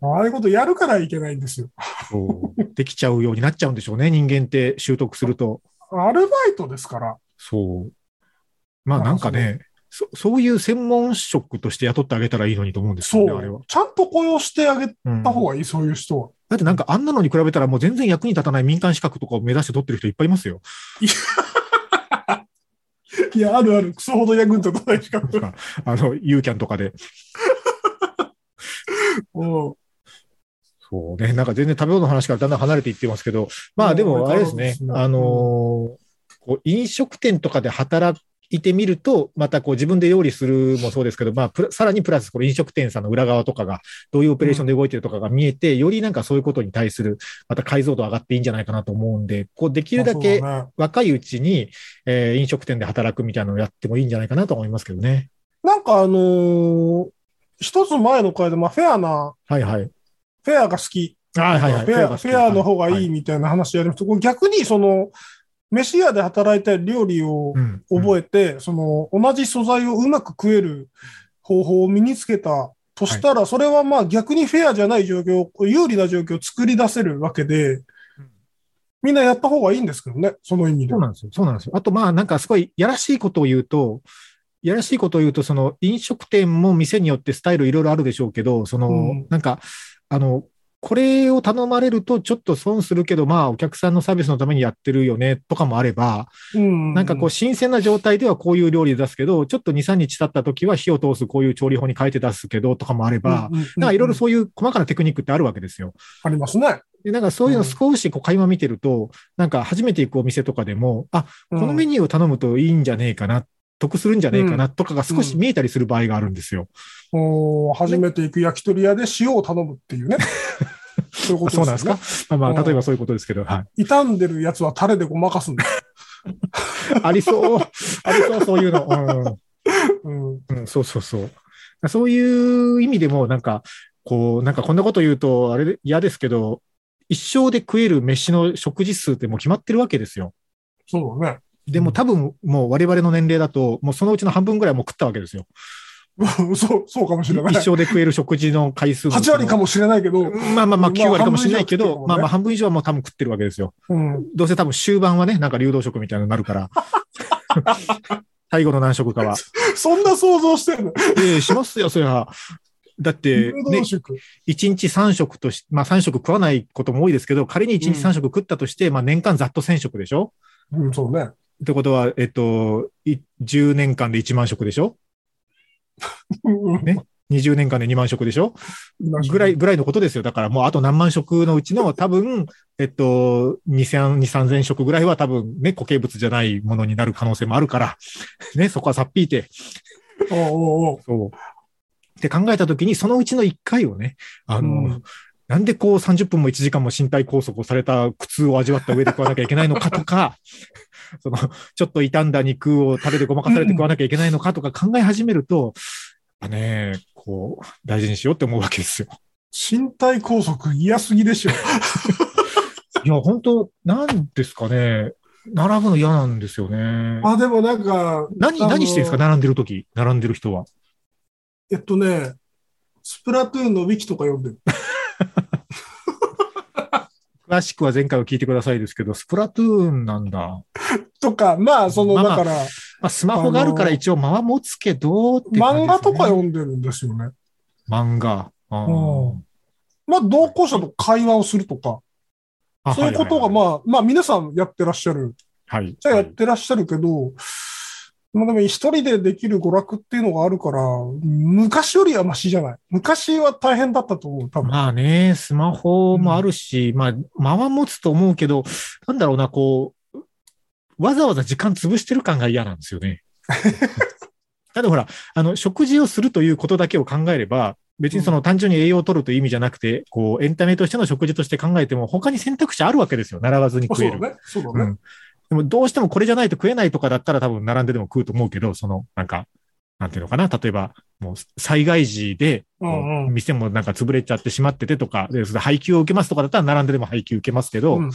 C: ああいうことやるからいけないんですよ。
B: そうできちゃうようになっちゃうんでしょうね、人間って習得すると。
C: アルバイトですから。
B: そう。まあ
C: なんか
B: なんかね、そそういう専門職として雇ってあげたらいいのにと思うんです
C: そ
B: よね、あれは
C: う。。ちゃんと雇用してあげた
B: うん
C: 方がいい、そういう人は。 [LAUGHS]
B: だってなんかあんなのに比べたらもう全然役に立たない民間資格とかを目指して取ってる人いっぱいいますよ。
C: いや、あるある。クソほど役に立たないしか。
B: なん
C: [LAUGHS]
B: かあの、ユーキャンとかで。 [LAUGHS]
C: うん
B: そうね。なんか全然食べ物の話からだんだん離れていってますけど、まあでもあれですね
C: う、ん
B: あのーこう飲食店とかで働いてみると、またこう自分で料理するもそうですけど、まあプラさらにプラスこれ飲食店さんの裏側とかが、どういうオペレーションで動いてるとかが見えて、よりなんかそういうことに対する、また解像度上がっていいんじゃないかなと思うんで、こうできるだけ
C: まあそうね
B: 若いうちに、えー飲食店で働くみたいなのをやってもいいんじゃないかなと思いますけどね。
C: なんかあのー一つ前の回で、まあ、フェアな、
B: はいはい。
C: フェアが好き。
B: はいはいはい。
C: フェア、フェアの方がいい
B: は
C: みたいな話やりました。これ逆に、その、飯屋で働いた料理を
B: うん
C: 覚えて、その、同じ素材をうまく食える方法を身につけたとしたら、それはまあ逆にフェアじゃない状況、有利な状況を作り出せるわけで
B: うん、
C: みんなやった方がいいんですけどね、その意味で
B: そう。なんですよ。そうなんですよ。あと、まあ、なんかすごい、やらしいことを言うと、やらしいことを言うと、その飲食店も店によってスタイルいろいろあるでしょうけど、その、
C: うん
B: なんか、あの、これを頼まれるとちょっと損するけど、まあ、お客さんのサービスのためにやってるよねとかもあれば、
C: うん
B: なんかこう、新鮮な状態ではこういう料理出すけど、ちょっと2、3日経った時は火を通すこういう調理法に変えて出すけどとかもあれば、
C: うんうんうん
B: なんかいろいろそういう細かなテクニックってあるわけですよ。
C: ありますね。
B: で、なんかそういう
C: う
B: の
C: ん
B: 少しこう、垣間見てると、なんか初めて行くお店とかでも、あ、このメニューを頼むといいんじゃねえかな、得するんじゃねえかなとかが少し見えたりする場合があるんですよ。
C: おー初めて行く焼き鳥屋で塩を頼むっ
B: [LAUGHS]
C: ていうね。そういうこ
B: あ
C: と
B: そうなんです
C: よ
B: か
C: ね
B: まあま
C: う
B: あ、
C: ん
B: 例えばそういうことですけど、はい。
C: 傷んでるやつはタレでごま
B: [LAUGHS]
C: かすんだ。
B: あり
C: [LAUGHS]
B: そう、ありそう、そういうの。
C: うん。
B: うん、うん、そうそうそう。そういう意味でも、なんか、こう、なんかこんなこと言うと、あれで嫌ですけど、一生で食える飯の食事数ってもう決まってるわけですよ。
C: そうだね。 [LAUGHS]
B: でも多分もう我々の年齢だと、もうそのうちの半分ぐらいはもう食ったわけ
C: [LAUGHS]
B: ですよ。
C: うんそう、そうかもしれない。
B: 一生で食える食事の回数のうち
C: 8
B: の
C: 割かもしれないけど、
B: まあまあまあ9割かもしれないけど、
C: ま
B: ま
C: あ半分以上
B: あ
C: 食ってるもんね
B: まあ半分以上はもう多分食ってるわけですよ。
C: うん。
B: どうせ多分終盤はね、なんか流動食みたいなのになる
C: [LAUGHS]
B: から。最後の何食かは。
C: そんな想像してるの
B: ええしますよ、そりゃ。だって、ね
C: 流動、食
B: 1日3食とし、まあ3食食わないことも多いですけど、仮に1日3食食ったとして、まあ年間ざっと1000食でしょ
C: うん、そうね。
B: ってことは、えっと、い10年間で1万食でしょ
C: うんうん
B: ね20年間で2万食でしょぐらい、。ぐらいのことですよ。だからもうあと何万食のうちの多分、えっと、2000、3000食ぐらいは多分ね、固形物じゃないものになる可能性もあるから、 [LAUGHS] ね、そこはさっぴいて。
C: おうおうおう
B: そう。って考えたときに、そのうちの1回をね、あの、
C: うん
B: なんでこう30分も1時間も身体拘束をされた苦痛を味わった上で食わなきゃいけないのかとか、 [LAUGHS] その、ちょっと傷んだ肉を食べてごまかされて食わなきゃいけないのかとか考え始めると、やっぱね、こう、大事にしようって思うわけですよ。
C: 身体拘束嫌すぎでしょ。
B: いや、本当なんですかね。並ぶの嫌なんですよね。
C: あ、でもなんか、
B: 何、
C: あの
B: 何してるんですか並んでる時並んでる人は。
C: えっとね、スプラトゥーンのウィキとか読んでる。
B: 詳しくは前回を聞いてくださいですけど、スプラトゥーンなんだ。ま
C: とか、まあ、その、
B: まあま
C: だ
B: あ
C: から、
B: あ、スマホがあるから一応間は持つけど、って感じ
C: 漫
B: ですね
C: 画とか読んでるんですよね。
B: 漫画。あー
C: うんまあ、同行者と会話をするとか、
B: あ
C: そういうこと
B: は
C: が、まあ、まあ、皆さんやってらっしゃる。
B: はいはい。
C: じゃあ
B: は
C: やっ
B: い
C: てらっしゃるけど、まあでも一人でできる娯楽っていうのがあるから、昔よりはマシじゃない。昔は大変だったと思う、多分。
B: まあね、スマホもあるし、まあ、間は持つと思うけど、なんだろうな、こう、わざわざ時間潰してる感が嫌なんですよ
C: [LAUGHS]
B: ね。だってほら、あの、食事をするということだけを考えれば、別にその単純に栄養を取るという意味じゃなくて、こう、エンタメとしての食事として考えても、他に選択肢あるわけですよ。並ばずに食
C: そ
B: え
C: う
B: る。
C: だね。そうだ
B: う
C: ね。
B: ん。でもどうしてもこれじゃないと食えないとかだったら多分並んででも食うと思うけど、その、なんか、なんていうのかな、例えば、もう災害時で、
C: うんうん
B: 店もなんか潰れちゃってしまっててとか、でそれで配給を受けますとかだったら並んででも配給受けますけど、
C: うん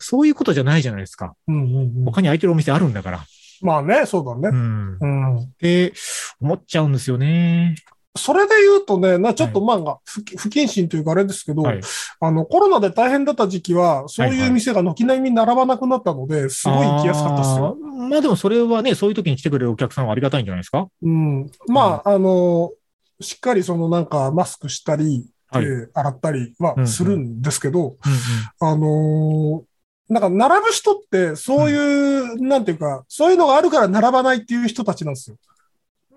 B: そういうことじゃないじゃないですか。
C: うんうんうん
B: 他に空いてるお店あるんだから。
C: まあね、そうだ
B: う
C: ね。
B: ん。っ
C: うん。
B: て思っちゃうんですよね。
C: それで言うとね、なちょっとまあ、不不謹慎というかあれですけど、
B: はい。
C: あの、コロナで大変だった時期は、そう
B: はい
C: い
B: は
C: う
B: い
C: 店が軒並み並ばなくなったので、すごい行きやすかったですよ。
B: あーまあでもそれはね、そういう時に来てくれるお客さんはありがたいんじゃないですか
C: うん。まあ、あの、しっかりそのなんかマスクしたり、
B: はい。
C: 手
B: うん
C: 洗ったりはするんですけど、
B: うん
C: あのーなんか並ぶ人って、そういう、なんていうか、そういうのがあるから並ばないっていう人たちなんですよ。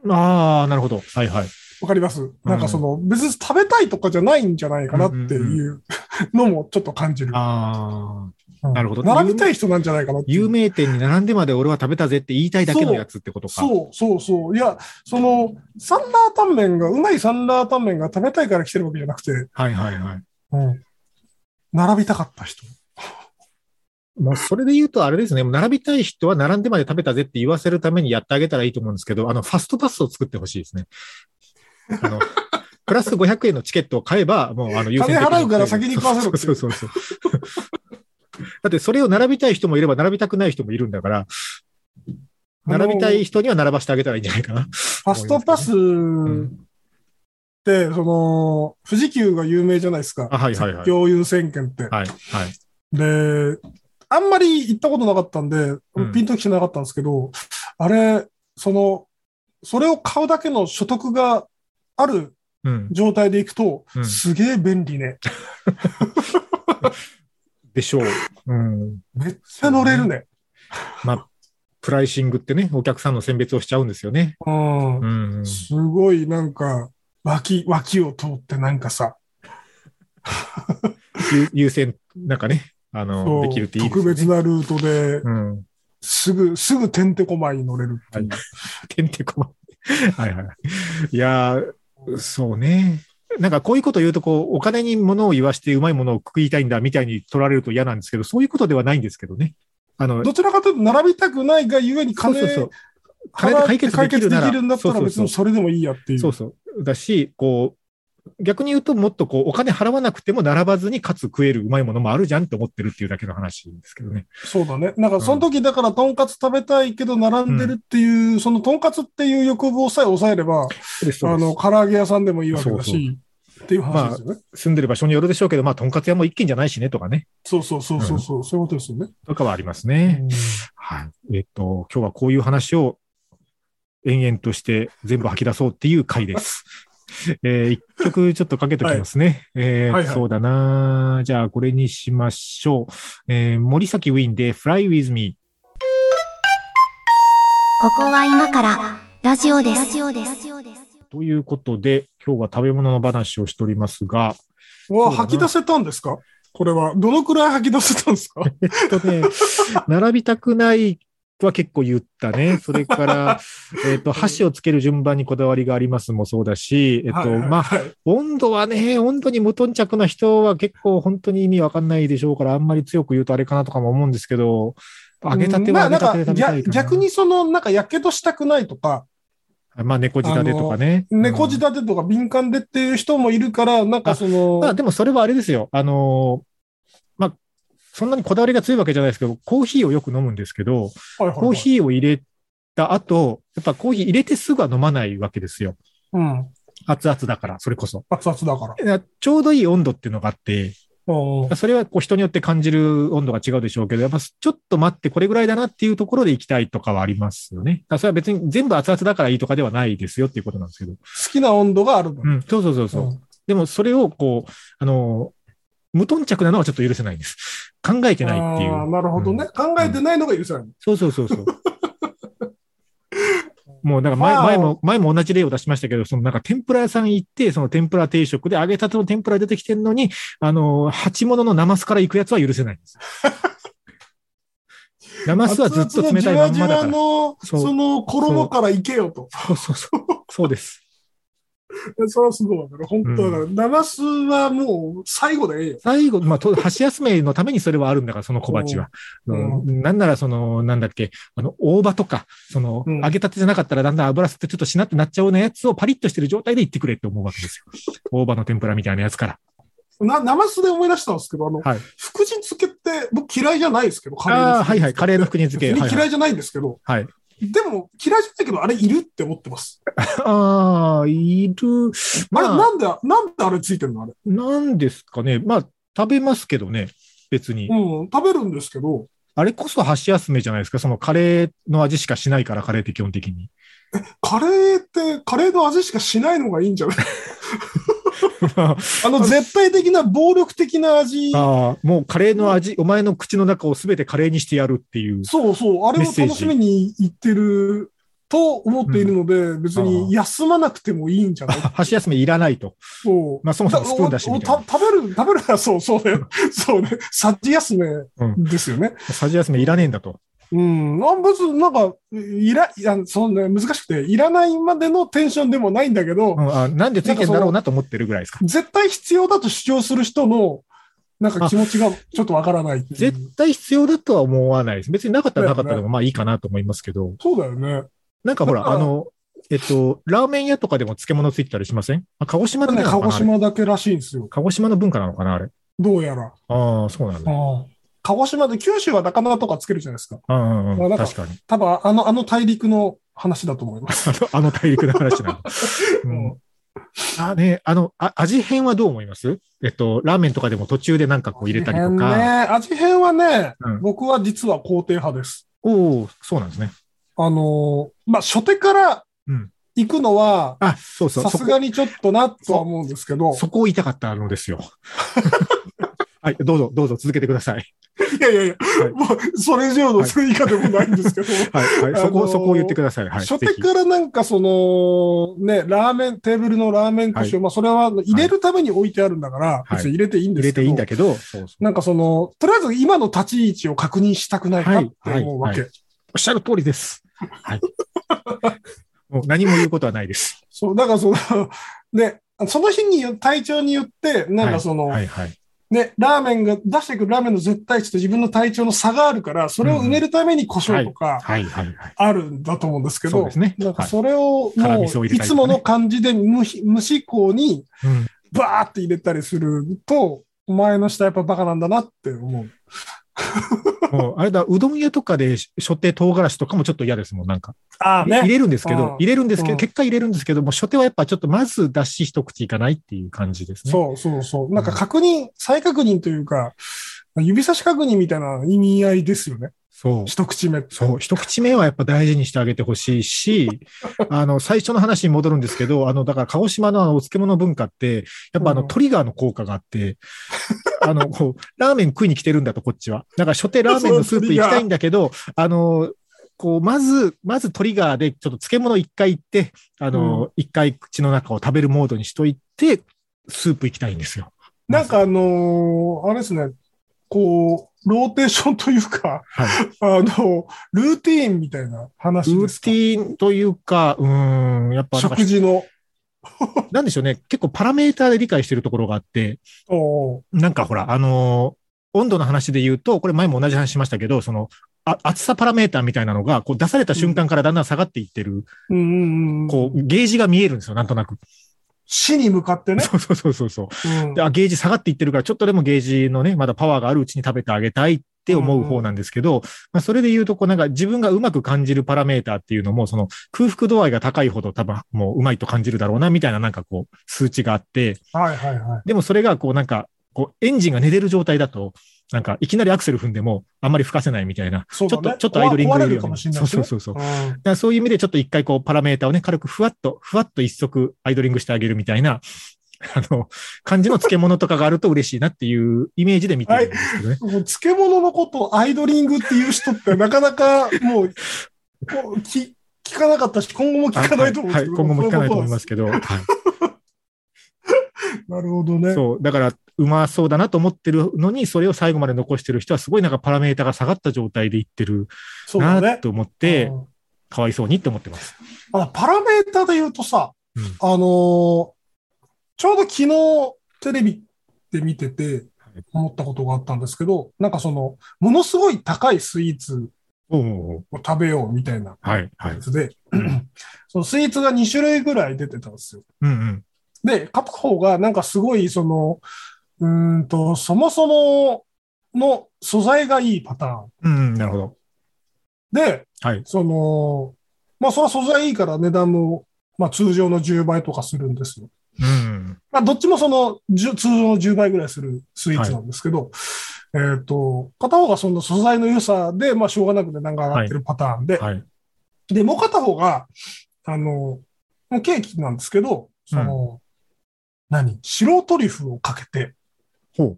B: ああ、なるほど。はいはい。
C: わかりますなんかその、別に食べたいとかじゃないんじゃないかなっていう [LAUGHS] のもちょっと感じる。
B: ああ、
C: うん
B: なるほど
C: 並びたい人なんじゃないかなっていう
B: 有名店に並んでまで俺は食べたぜって言いたいだけのやつってことか。
C: そうそうそう。いや、その、サンラータンメンが、うまいサンラータンメンが食べたいから来てるわけじゃなくて、
B: はいはいはい。
C: うん。並びたかった人。
B: まあ、それで言うとあれですね、並びたい人は並んでまで食べたぜって言わせるためにやってあげたらいいと思うんですけど、あの、ファストパスを作ってほしいですね。あ
C: [LAUGHS]
B: の、プラス500円のチケットを買えば、もう、あの、優先的
C: 金払うから先に食わせろってい
B: そう
C: う
B: そうそうそう。だって、それを並びたい人もいれば、並びたくない人もいるんだから、並びたい人には並ばしてあげたらいいんじゃないかな。
C: ファストパスって、その、富士急が有名じゃないですか。
B: あはいはいはい
C: 絶叫優先券って。
B: はい、はい。
C: で、あんまり行ったことなかったんで
B: うん、
C: ピンときてなかったんですけど、あれ、その、それを買うだけの所得がある
B: うん。
C: 状態で行くと、
B: うん
C: すげえ便利ね。
B: でしょう。うん。
C: めっちゃ乗れるね。
B: プライシングってね、お客さんの選別をしちゃうんですよね。
C: うん
B: う。ん。
C: すごいなんか、脇、脇を通ってなんかさ、
B: 優優先、なんかね、あ
C: そ
B: の、
C: う
B: できるっていいです
C: 特
B: よね。
C: 別なルートで、
B: うん。
C: すぐ、すぐてんてこまいに乗れるっていう。
B: てんてこま。はいはい。 [LAUGHS] いやー、そうね。なんかこういうこと言うと、こう、お金に物を言わしてうまいものを食いたいんだみたいに取られると嫌なんですけど、そういうことではないんですけどね。あの、
C: どちらかというと、並びたくないがゆえに金、
B: そうそうそう。
C: 払
B: 金で
C: って
B: 解
C: 解
B: 決
C: 決
B: で
C: で
B: き
C: き
B: る
C: る
B: なら
C: んだったら別にそれでもいいやっていう。
B: そうそう。だし、こう、逆に言うと、もっとこう、お金払わなくても並ばずに、かつ食えるうまいものもあるじゃんって思ってるっていうだけの話ですけどね。
C: そうだね。なんか、その時だから、とんかつ食べたいけど、並んでるっていう、そのとんかつっていう欲望さえ抑えれば、あの、唐揚げ屋さんでもいいわけだし、
B: そう
C: っていう話ですよね。
B: 住んでる場所によるでしょうけど、まあ、とんかつ屋も一軒じゃないしねとかね。
C: そうそうそうそうそう、そういうことですよね。
B: とかはありますね。
C: うん
B: はい。えっと、今日はこういう話を延々として全部吐き出そうっていう回です。 [LAUGHS] えー一曲ちょっとかけときますね。えー
C: はいはい
B: そうだなじゃあ、これにしましょう。えー森崎ウィンで Fly With Me。
A: ここは今からラジオです。ラジオです。
B: ということで、今日は食べ物の話をしておりますが、
C: うわ、
B: そうだな
C: 吐き出せたんですかこれは。どのくらい吐き出せたんですか
B: えっと
C: [LAUGHS]
B: ね、並びたくないは結構言ったね。それ
C: [LAUGHS]
B: から、えっと、箸をつける順番にこだわりがありますもそうだし、えっと、
C: はいはい
B: まあ、
C: はい
B: 温度はね、温度に無頓着な人は結構本当に意味わかんないでしょうから、あんまり強く言うとあれかなとかも思うんですけど、揚げたては揚
C: うんま
B: げ
C: あ
B: たて
C: な
B: で食べ
C: んか
B: たいか
C: 逆
B: な。
C: 逆。にその、なんか、やけどしたくないとか、
B: まあ、猫舌でとかね。
C: 猫舌
B: うん
C: でとか敏感でっていう人もいるから、なんかその、
B: まあ、でもそれはあれですよ。あのーまあ、そんなにこだわりが強いわけじゃないですけど、コーヒーをよく飲むんですけど、
C: はいはいはい
B: コーヒーを入れた後、やっぱコーヒー入れてすぐは飲まないわけですよ。
C: うん、
B: 熱々だから、それこそ。
C: 熱々だから。
B: だからちょうどいい温度っていうのがあって、
C: うん
B: それはこう人によって感じる温度が違うでしょうけど、やっぱちょっと待って、これぐらいだなっていうところで行きたいとかはありますよね。だからそれは別に全部熱々だからいいとかではないですよっていうことなんですけど。
C: 好きな温度がある分。
B: うん、そうそうそうそう。
C: うん
B: でもそれをこう、あの、無頓着なのはちょっと許せないんです。考えてないってい
C: あー
B: う。
C: なるほどね、考えてないのが許せない。
B: そうそうそうそう。 [LAUGHS] もうなんか前,、
C: まあ
B: 前も、前も同じ例を出しましたけど、そのなんか天ぷら屋さん行って、その天ぷら定食で揚げたての天ぷら出てきてるのに、あの、鉢物のナマスから行くやつは許せないん [LAUGHS] です。ナマスはずっと冷たいまんまだ
C: 熱々
B: か
C: の
B: ら。
C: じ
B: そ
C: わ
B: う
C: じわの、その衣からいけよと。
B: そうそうそう。そうです。
C: [LAUGHS] それはすごいわかる。本当だから、生酢はもう最後でええよ。
B: 最後、まあ、と箸休めのためにそれはあるんだから、その小鉢は。
C: う
B: うん
C: ん
B: なんなら、その、なんだっけ、あの、大葉とか、その、
C: うん
B: 揚げたてじゃなかったらだんだん油吸ってちょっとしなってなっちゃうようなやつをパリッとしてる状態でいってくれって思うわけですよ。
C: [LAUGHS]
B: 大葉の天ぷらみたいなやつから。
C: な生酢で思い出したんですけど、あの、
B: はい
C: 福神漬けって僕嫌いじゃないですけど、カレー
B: あ
C: の
B: あ、は
C: 福
B: い
C: 神
B: はい。
C: 漬け
B: カレーの福神漬
C: 別
B: け。
C: に
B: はい
C: 嫌
B: はい
C: いじゃないんですけど、
B: はい
C: でも、嫌いじゃないけど、あれいるって思ってます。
B: ああ、いる。
C: あれ、
B: まあ、
C: なんで、なんであれついてるのあれ。
B: なんですかね。まあ、食べますけどね、別に。
C: うん、食べるんですけど、
B: あれこそ箸休めじゃないですか。そのカレーの味しかしないから、カレーって基本的に。
C: カレーって、カレーの味しかしないのがいいん
B: [LAUGHS]
C: じゃない
B: あ
C: あの、絶対的な暴力的な味。
B: あ、もうカレーの味、お前の口の中をすべてカレーにしてやるっていう。
C: そうそう、あれを
B: メッセージ
C: 楽しみに行ってると思っているので、別に休まなくてもいいんじゃない
B: あ箸休めいらないと。
C: そう。
B: まあ、そもそもスプーン出しみたい
C: だおお食べる、食べる [LAUGHS] から、そう、そうだよ。そうね。さじ休めですよね。
B: な。箸休めいらねえんだと。
C: うん。あ別になんか、いら、いやそんな難しくて、いらないまでのテンションでもないんだけ
B: う
C: ど、
B: んあなんでついてんだろうなと思ってるぐらいですか。
C: 絶対必要だと主張する人の、なんか気持ちがちょっとわからないっていう
B: 絶対必要だとは思わないです。別になかったらなかったでもまあいいかなと思いますけど、
C: そうだよね。
B: なんかほ
C: だ
B: ら、
C: から
B: あの、えっと、ラーメン屋とかでも漬物ついてたりしませんあ鹿児島
C: こ
B: で
C: れね、
B: な
C: 鹿
B: のか
C: 児
B: なあれ
C: 島だけらしいんですよ。
B: 鹿児島の文化なのかなあれ。
C: どうやら。
B: ああ、そうなんだ。
C: うん鹿児島で、九州は高菜とかつけるじゃないですか。
B: うんうんうん
C: なんか
B: 確かに。
C: 多分、あの、あの大陸の話だと思います。
B: あのあの大陸の話
C: [LAUGHS]
B: なの。うんあね、あのあ、味変はどう思いますえっと、ラーメンとかでも途中でなんかこう入れたりと
C: 味変ね、
B: か。
C: 味変はね、
B: うん
C: 僕は実は肯定派です。
B: おおそうなんですね。
C: あのーまあ、初手から
B: うん
C: 行くのは、
B: あ、そうそう。
C: さすがにちょっとなとは思うんですけど、
B: そこを言いたかったのですよ。 [LAUGHS] はい、どうぞ、どうぞ続けてください。
C: いやいやいや、
B: はい
C: もうそれ以上のそれ以下でもないんですけど、
B: はい、はい、そ
C: あの
B: こ、
C: ー
B: そこを言ってください。はい、
C: 初
B: ぜ
C: 手
B: ひ
C: からなんかその、ね、ラーメン、テーブルのラーメン串を、まあ、それは入れるために置いてあるんだから、
B: はい
C: 別に入れていいんで
B: 入れ
C: すけ
B: て
C: ど、
B: いいんだけど、そうそう
C: なんかその、とりあえず今の立ち位置を確認したくないかって思うわ
B: はいはいは
C: け。
B: おっしゃる通りです。
C: [LAUGHS]
B: はい。もう何も言うことはないです。
C: そう、だからその、ね、その日によ体調によって、なんかその、
B: はいはい。
C: ね、ラーメンが、出してくるラーメンの絶対値と自分の体調の差があるから、それを埋めるために胡椒とか
B: はいはいはい。
C: あるんだと思うんですけ
B: そう
C: ど
B: で、すね。
C: なんか
B: はい
C: それを
B: 辛
C: も
B: 味噌を
C: う、
B: 入れ
C: い
B: たり
C: つ
B: とかね
C: もの感じで無ひ無思考に
B: うん
C: バーって入れたりすると、お前の下やっぱバカなんだなって思う。
B: もう、あれだ、うどん屋とかでしょって唐辛子とかもちょっと嫌ですもん、なんか。
C: ああ
B: 入。れるんですけ
C: うん
B: ど、入れるんですけ
C: う
B: ど、
C: ん
B: 結果入れるんですけど、もう初手はやっぱちょっとまず出し一口いかないっていう感じですね。
C: そうそうそう。なんか確認、再確認というか、指差し確認みたいな意味合いですよね。
B: そう。
C: 一口目って。
B: そう、一口目はやっぱ大事にしてあげてほしい
C: [LAUGHS]
B: し、あの、最初の話に戻るんですけど、あの、だから鹿児島のあのお漬物文化って、やっぱあの、
C: うん
B: トリガーの効果があって、あの、こう、ラーメン食いに来てるんだと、こっちは。だから、初手ラーメンのスープ行きたいんだけど、あの、こう、まず、まずトリガーで、ちょっと漬物一回行って、あの、一、回口の中を食べるモードにしといて、スープ行きたいんですよ。
C: なんかあのーあれですね、こう、ローテーションというか、
B: はい
C: あの、ルーティーンみたいな
B: ル
C: 話で
B: ー
C: す
B: テ
C: か。
B: ィーンというか、うーん、やっぱなんか
C: 食事の。
B: なんでしょうね。結構パラメーターで理解してるところがあって、
C: おー
B: なんかほら、あのー温度の話で言うと、これ前も同じ話しましたけど、その、あ暑さパラメーターみたいなのが、こう出された瞬間からだんだん下がっていってる、
C: うんうんうん、
B: こう、ゲージが見えるんですよ、なんとなく。
C: 死に向かって
B: [LAUGHS]
C: ね。
B: そうそうそうそうそう
C: うん
B: であ。ゲージ下がっていってるから、ちょっとでもゲージのね、まだパワーがあるうちに食べてあげたいって思う方なんですけど、まあ、それで言うと、こうなんか自分がうまく感じるパラメーターっていうのも、その空腹度合いが高いほど多分もううまいと感じるだろうな、みたいななんかこう、数値があって、
C: はいはいはい。
B: でもそれがこうなんか、こうエンジンが寝てる状態だと、なんかいきなりアクセル踏んでもあんまり吹かせないみたいな、
C: そう
B: ち
C: だ
B: ょっ
C: ね
B: と、ちょっとアイドリング
C: 壊
B: が
C: 壊
B: い
C: れ
B: るよ
C: るか
B: ね
C: もしれない
B: そう
C: です
B: そ
C: ね
B: うそうそう。だか
C: うん
B: らそういう意味でちょっと一回こうパラメーターをね、軽くふわっと、ふわっと一足アイドリングしてあげるみたいな、 [LAUGHS] あの、感じの漬物とかがあると嬉しいなっていうイメージで見てるんですけどね。
C: もう漬物のことをアイドリングっていう人ってなかなかもう、こうき聞かなかったし、今後も聞かないと思うん
B: は
C: で
B: い、
C: すけど。。
B: 今後も聞かないと思いますすけど、はい、
C: [LAUGHS] なるほどね。
B: そう、だから、うまそうだなと思ってるのに、それを最後まで残してる人は、すごいなんかパラメーターが下がった状態でいってる
C: そうだ
B: な
C: ね。
B: と思っ
C: う
B: て、
C: ん
B: かわいそうにって思ってます。
C: あパラメータで言うとさ、
B: うん
C: あのーちょうど昨日テレビで見てて
B: はい
C: 思ったことがあったんですけど、なんかその、ものすごい高いスイーツ
B: おうおうおう
C: を食べようみたいな
B: はい、はい
C: や。つで
B: うん、
C: [CLEARS THROAT] そのスイーツが2種類ぐらい出てたんですよ。
B: うんうん。
C: で、片方がなんかすごい、その、うーんと、そもそもの素材がいいパターン。
B: うんうん、なるほど。
C: で、
B: はい
C: その、まあ、それは素材いいから値段も、まあ、通常の10倍とかするんですよ。
B: うん。
C: まあ、どっちもその、じゅ通常の10倍ぐらいするスイーツなんですけど、えっ、と、片方がその素材の良さで、まあ、しょうがなく値段が上がってるパターンで、
B: はい。
C: で、もう片方が、あの、もうケーキなんですけど、その、何白トリュフをかけて、
B: ほう。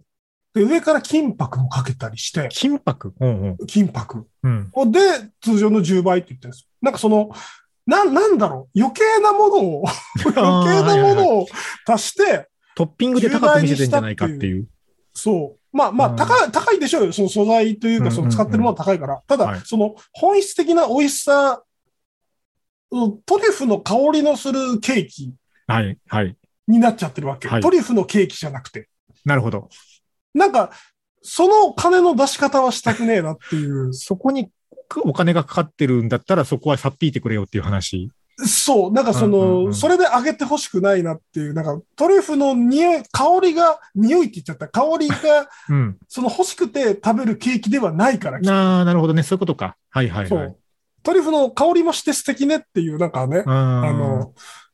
C: で、上から金箔もかけたりして、
B: 金箔。うんうん。
C: 金箔。
B: うん。
C: で、通常の10倍って言ってるんですよ。なんかその、な、なんだろう、余計なものを、 [LAUGHS] 余計なものを足して、
B: トッピングで高く見せてんじゃないかっていう。
C: そう。まあまあ、
B: うん
C: 高い、高いでしょうよ。その素材という
B: うん
C: か、
B: うんうん
C: その使ってるものは高いから。た
B: はい
C: だ、その本質的な美味しさ、うんトリュフの香りのするケーキ
B: はい。はい。
C: になっちゃってるわけ。
B: はい
C: トリュフのケーキじゃなくて。
B: なるほど。
C: なんか、その金の出し方はしたくねえなっていう。
B: そこにお金がかかってるんだったら、そこはさっぴいてくれよっていう話。
C: そう、なんかそ
B: うんうんう
C: の、
B: ん
C: それで揚げてほしくないなっていう、なんかトリュフの匂い、香りが、匂いって言っちゃった。香
B: [LAUGHS]
C: りが、
B: うん。
C: その欲しくて食べるケーキではないから、きっ
B: ああ、なるほどね。そういうことか。はいはい
C: と
B: はい。
C: そう。トリュフの香りもして素敵ねっていう、なんかね、
B: あ
C: あの、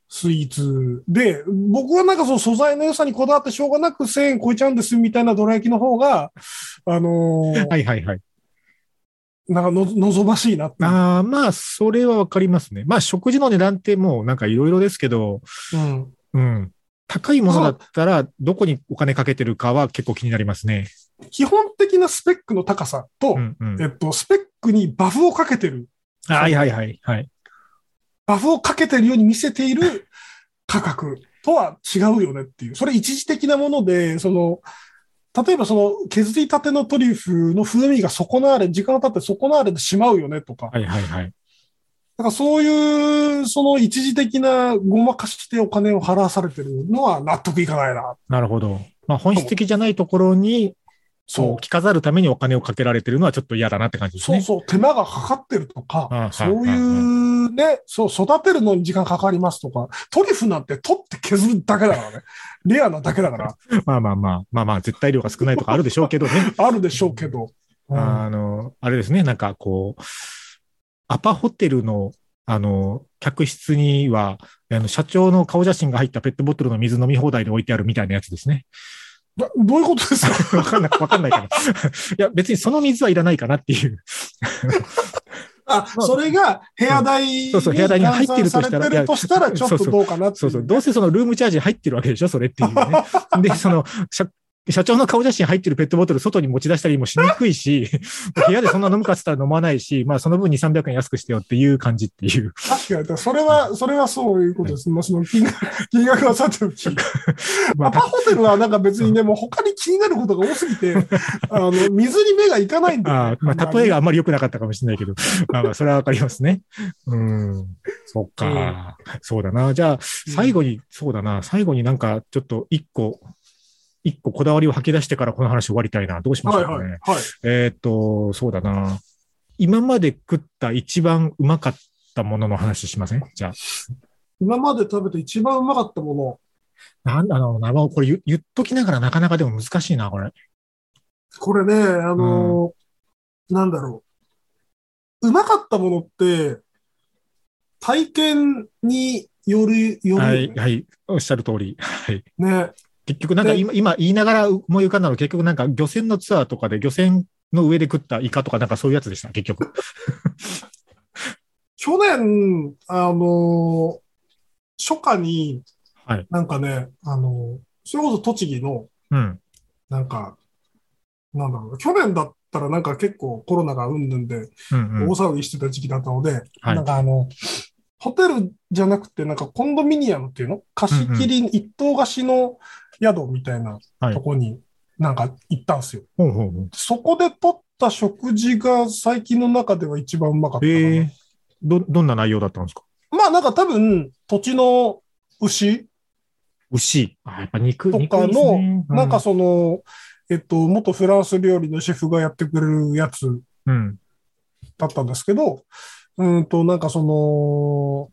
C: スイーツで、僕はなんかその素材の良さにこだわってしょうがなく1000円超えちゃうんですみたいなどら焼きの方が、あのー
B: はいはいはい。
C: なんかの望ましいなっていう。
B: ああ、まあ、それはわかりますね。まあ、食事の値段ってもうなんかいろいろですけど、
C: うん
B: うん。高いものだったら、どこにお金かけてるかは結構気になりますね。
C: 基本的なスペックの高さと、
B: うんうん
C: え。っと、スペックにバフをかけてる
B: はいはいはい。はい。
C: バフをかけてるように見せている価格とは違うよねっていう。それ一時的なもので、その、例えばその削りたてのトリュフの風味が損なわれ、時間が経って損なわれてしまうよねとか。
B: はいはいはい。
C: だからそういう、その一時的なごまかしてお金を払わされてるのは納得いかないな。
B: なるほど。まあ、本質的じゃないところに、
C: そう
B: こう着飾るためにお金をかけられてるのはちょっと嫌だなって感じです
C: そう
B: ね。
C: そう、手間がかかってると
B: うんう
C: か
B: ん、
C: そういうね、そう、育てるのに時間かかりますとか、トリュフなんて取って削るだけだからね。レアなだけだから、
B: まあまあまあ、まあまあ、絶対量が少ないとかあるでしょうけどね。
C: あるでしょうけど。 [LAUGHS] うん
B: あの、あれですね、なんかこう、アパホテルの、あの、客室には、あの、社長の顔写真が入ったペットボトルの水飲み放題で置いてあるみたいなやつですね。
C: どどういうことです
B: [LAUGHS]
C: か
B: わかんない、わかんないけど。いや、別にその水はいらないかなっていう。
C: [LAUGHS] あ、それが部屋代
B: そうそう部屋代に入ってるとしたら
C: 換算されてるとしたら、ちょっとどうかなって
B: そ
C: いう
B: そう。どうせそのルームチャージ入ってるわけでしょそれっていうね。で、その、社社長の顔写真入ってるペットボトル外に持ち出したりもしにくいし、部屋でそんな飲むかっつったら飲まないし、まあその分2、300円安くしてよっていう感じっていう。
C: 確かに。それは、それはそういうことです。まあ、その金 [LAUGHS] 額、金額はさておき。
B: ま [LAUGHS]
C: ア
B: あ
C: パホテルはなんか別にね、もう他に気になることが多すぎて、あの、水に目がいかないんだよ
B: あ
C: ね
B: あまあ、例えがあんまり良くなかったかもしれないけど、まあまあ、それはわかりますね。うん。そっか。そうだな。じゃあ、最後に、そうだな。最後になんか、ちょっと一個、一個こだわりを吐き出してからこの話終わりたいな。どうしまし
C: は
B: ょう
C: い
B: かね。
C: はい。はい。
B: えーっと、そうだな。今まで食った一番うまかったものの話しませんじゃ
C: 今まで食べて一番うまかったもの。
B: あ、なんだろうな。まあこれ言言っときながらなかなかでも難しいな、これ。
C: これね、あの、なんだろう。うまかったものって、体験による、よるよね、
B: はい、はい。おっしゃる通り。はい。
C: ね。
B: 結局、なんか
C: で
B: 今、今言いながら思い浮かんだの、結局なんか漁船のツアーとかで漁船の上で食ったイカとかなんかそういうやつでした、結局。
C: 去年、あの初夏に、
B: はい
C: なんかね、あのそれこそ栃木の、
B: うん。
C: なんか、なんだろうな、去年だったらなんか結構コロナがうんぬんで、
B: うん、う
C: 大
B: ん。
C: 騒ぎしてた時期だったので、
B: はい
C: なんかあの、ホテルじゃなくて、なんかコンドミニアムっていうの貸し切り、一棟貸しの宿みたいな
B: はい
C: とこに、なんか行ったんですよ。
B: ほうほうほう。
C: そこで取った食事が最近の中では一番うまかったかな。
B: ええど、どんな内容だったんですか
C: まあなんか多分土地の牛、
B: 牛。あ、やっぱ肉、
C: とか
B: 肉
C: の
B: ですねう
C: なんかその、えっと、元フランス料理のシェフがやってくれるやつ
B: うん。
C: だったんですけど、うんと、なんかその、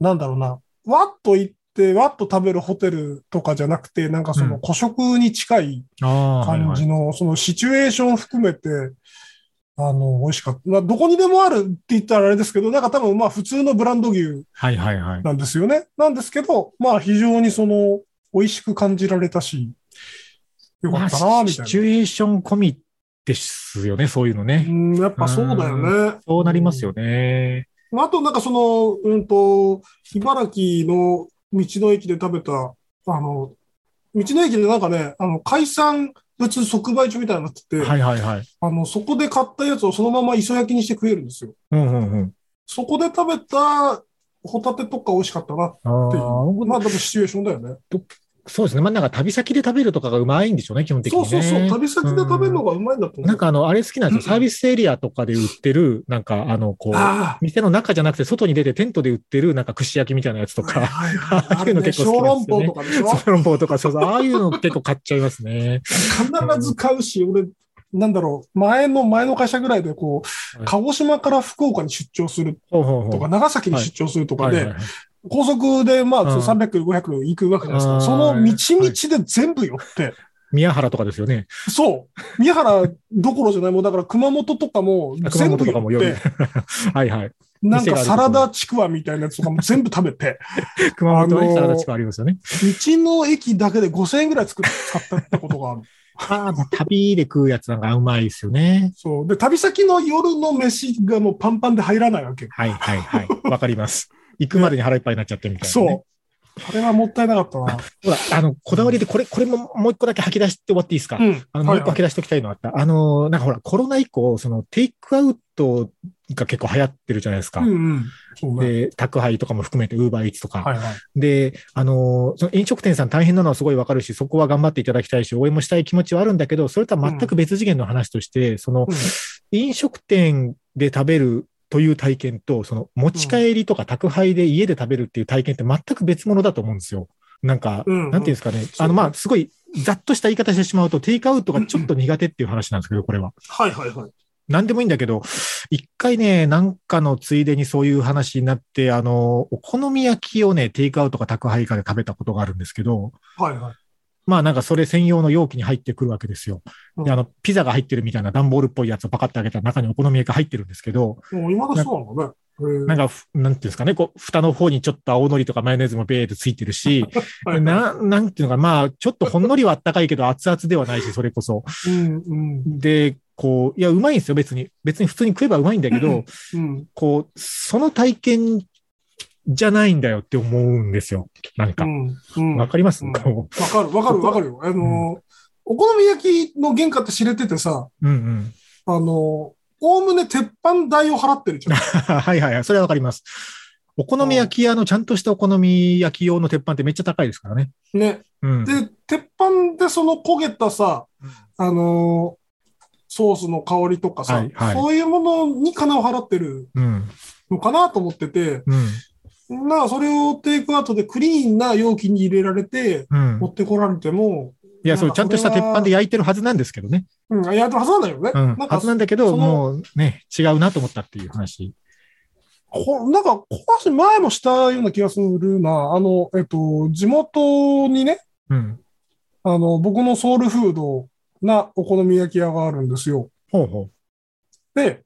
C: なんだろうな、わっと行って、わっと食べるホテルとかじゃなくて、なんかそうの
B: ん
C: 古食に近い
B: ああ、はい
C: 感
B: はい
C: じ。の、そのシチュエーション含めて、あの、美味しかった。まあ、どこにでもあるって言ったらあれですけど、なんか多分まあ普通のブランド牛
B: はいはいはい。
C: なんですよね。なんですけど、まあ非常にその、美味しく感じられたし、よかった
B: ま
C: な、
B: あ
C: み
B: シ
C: たい
B: チ
C: な。
B: ュエーション込みですよね、そういうのね。
C: うん、やっぱそうだよね。
B: そうなりますよね。
C: まああとなんかその、うんと、茨城の道の駅で食べた、あの、道の駅でなんかね、あの、海産物即売所みたいになってて、
B: はいはいはい。
C: あの、そこで買ったやつをそのまま磯焼きにして食えるんですよ。
B: うんうん
C: そこで食べたホタテとか美味しかったなっ
B: うん。
C: ていう。
B: あ
C: ま
B: あ、
C: あ、でもシチュエーションだよね。
B: そうですね。まあなんか旅先で食べるとかがうまいんでしょうね、基本的に
C: そう
B: ね。
C: そうそう。旅先で食べるのがうまいんだと思う。
B: なんかあの、あれ好きなんですよ。サービスエリアとかで売ってる、なんかあの、こう、
C: あ
B: 店の中じゃなくて外に出てテントで売ってる、なんか串焼きみたいなやつと
C: あ。
B: か、
C: はいはいはい
B: [LAUGHS] ああいうの結構好きなんですよね
C: 小籠包とかでしょ
B: ソロンポーとか、そうそう、ああいうの結構買っちゃいますね。
C: 必ず買うし、俺、なんだろう、前の前の会社ぐらいで、こ
B: は
C: う、
B: い
C: 鹿児島から福岡に出張する
B: ほうほうほう。
C: とか、長崎に出張するとか
B: はいはい
C: で、
B: はい
C: 高速で、まあ、
B: うん
C: 300キロ、500キロ行くわけじゃないです
B: あー
C: か。その道々で全部寄って、
B: 宮原とかですよね。
C: そう、宮原どころじゃない、もうだから熊本とかも
B: 熊
C: 全
B: 本
C: 部
B: とかも
C: 寄っ
B: 夜
C: て、。
B: [LAUGHS] はいはい。
C: なんかサラダちくわみたいなやつとかも全部食べ
B: [LAUGHS]
C: て、
B: 熊本
C: あの
B: に
C: ー
B: サラダチキンありますよね。
C: 道の駅だけで5000円ぐらい作っ使ったってことがある。
B: ああ、旅で食うやつなんかうまいですよね。
C: そう。で、旅先の夜の飯がもうパンパンで入らないわけ。
B: はいはいはい。わかります。行くまでに腹いっぱいになっちゃってみたいな、ね。
C: そう。あれはもったいなかったな。
B: ほら、あの、こだわりでこれ、これももう一個だけ吐き出して終わっていいですか、
C: うん。
B: あの、もう一個
C: はい
B: 吐き出しておきたいのあった。あの、なんかほら、コロナ以降、その、テイクアウトが結構流行ってるじゃないですか。
C: はいうんうん。そうね。
B: で、宅配とかも含めて、ウーバーイーツとか。
C: はいはい。
B: で、あの、その飲食店さん大変なのはすごいわかるし、そこは頑張っていただきたいし、応援もしたい気持ちはあるんだけど、それとは全く別次元の話として、その、
C: うん
B: 飲食店で食べるという体験と、その持ち帰りとか宅配で家で食べるっていう体験って全く別物だと思うんですよ。なんか、
C: うんうん
B: なんていうんですかね。
C: そう
B: あの、まあ、すごい、ざっとした言い方してしまうと、テイクアウトがちょっと苦手っていう話なんですけど、これは。
C: はいはいはい。
B: なんでもいいんだけど、一回ね、なんかのついでにそういう話になって、あの、お好み焼きをね、テイクアウトか宅配かで食べたことがあるんですけど、
C: はいはい。
B: まあなんかそれ専用の容器に入ってくるわけですよ。
C: うん
B: で、あの、ピザが入ってるみたいな段ボールっぽいやつをパカッて開けたら中にお好み焼きが入ってるんですけど、
C: もう今だそうなんだね。へー
B: なんかふ、なんていうんですかね、こう、蓋の方にちょっと青のりとかマヨネーズもベーってついてるし、
C: [LAUGHS] はい
B: な、なんていうのか、まあ、ちょっとほんのりはあったかいけど熱々ではないし、それこそ。
C: うんうん
B: で、こう、いや、うまいんですよ、別に。別に普通に食えばうまいんだけ
C: [LAUGHS]
B: ど、
C: うん
B: こう、その体験じゃないんだよって思うんですよ。なん
C: う
B: か。
C: んうん。
B: わ
C: わ
B: かります、
C: うん
B: こ
C: かるわかるわかるよ。あのー、お好み焼きの原価って知れててさ、
B: う。うんうん。 [LAUGHS]
C: あのー、おおむね鉄板代を払ってるじゃん。
B: はいはいはい。それはわかります。お好み焼き屋のちゃんとしたお好み焼き用の鉄板ってめっちゃ高いですからね。 [LAUGHS]
C: ね。
B: うん。
C: で、鉄板でその焦げたさ、あのーソースの香りとかさ、
B: はいはい
C: そういうものに金を払ってる
B: うん。
C: のかなと思ってて、
B: うん。
C: なあそれをテイクアウトでクリーンな容器に入れられて、
B: うん
C: 持。ってこられても、
B: いや、そう、ちゃんとした鉄板で焼いてるはずなんですけどね。
C: うん、やるはずなんだよね。
B: うん。
C: なん
B: は
C: か
B: ず、なんだけど、
C: その
B: もうね、違うなと思ったっていう話。
C: こなんか、この話前もしたような気がするな。あの、えっと、地元にね、
B: うん。
C: あの、僕のソウルフードなお好み焼き屋があるんですよ。
B: ほう [LAUGHS] ほ
C: で、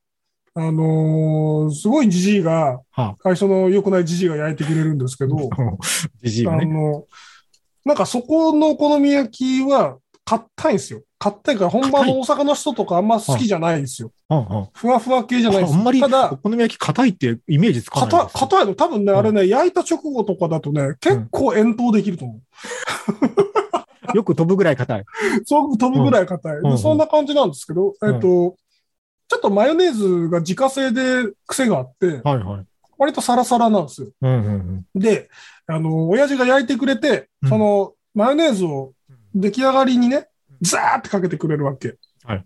C: あのーすごいじじいが、
B: は
C: 愛想の良くないじじいが焼いてくれるんですけど、
B: う。じじい
C: あ
B: がね。
C: の、なんかそこのお好み焼きは、硬いんですよ。硬いから、本場の大阪の人とかあんま好きじゃないんですよ。
B: ほうほう
C: ふわふわ系じゃないん
B: あ
C: です
B: あんまり
C: た
B: お
C: だ、
B: 好み焼き硬いってイメージつかない
C: 硬い、硬いの。多分ね、
B: うん
C: あれね、焼いた直後とかだとね、結構遠投できると思
B: よく飛ぶぐらい硬い。
C: う。そう飛ぶぐらい硬い。
B: んうん
C: でそんな感じなんですけど、
B: うん
C: えっと、ちょっとマヨネーズが自家製で癖があって、
B: はいはい。
C: 割とサラサラなんですよ。
B: うんうん
C: で、あの、親父が焼いてくれて、
B: うん
C: その、マヨネーズを出来上がりにね、ザーってかけてくれるわけ。
B: はい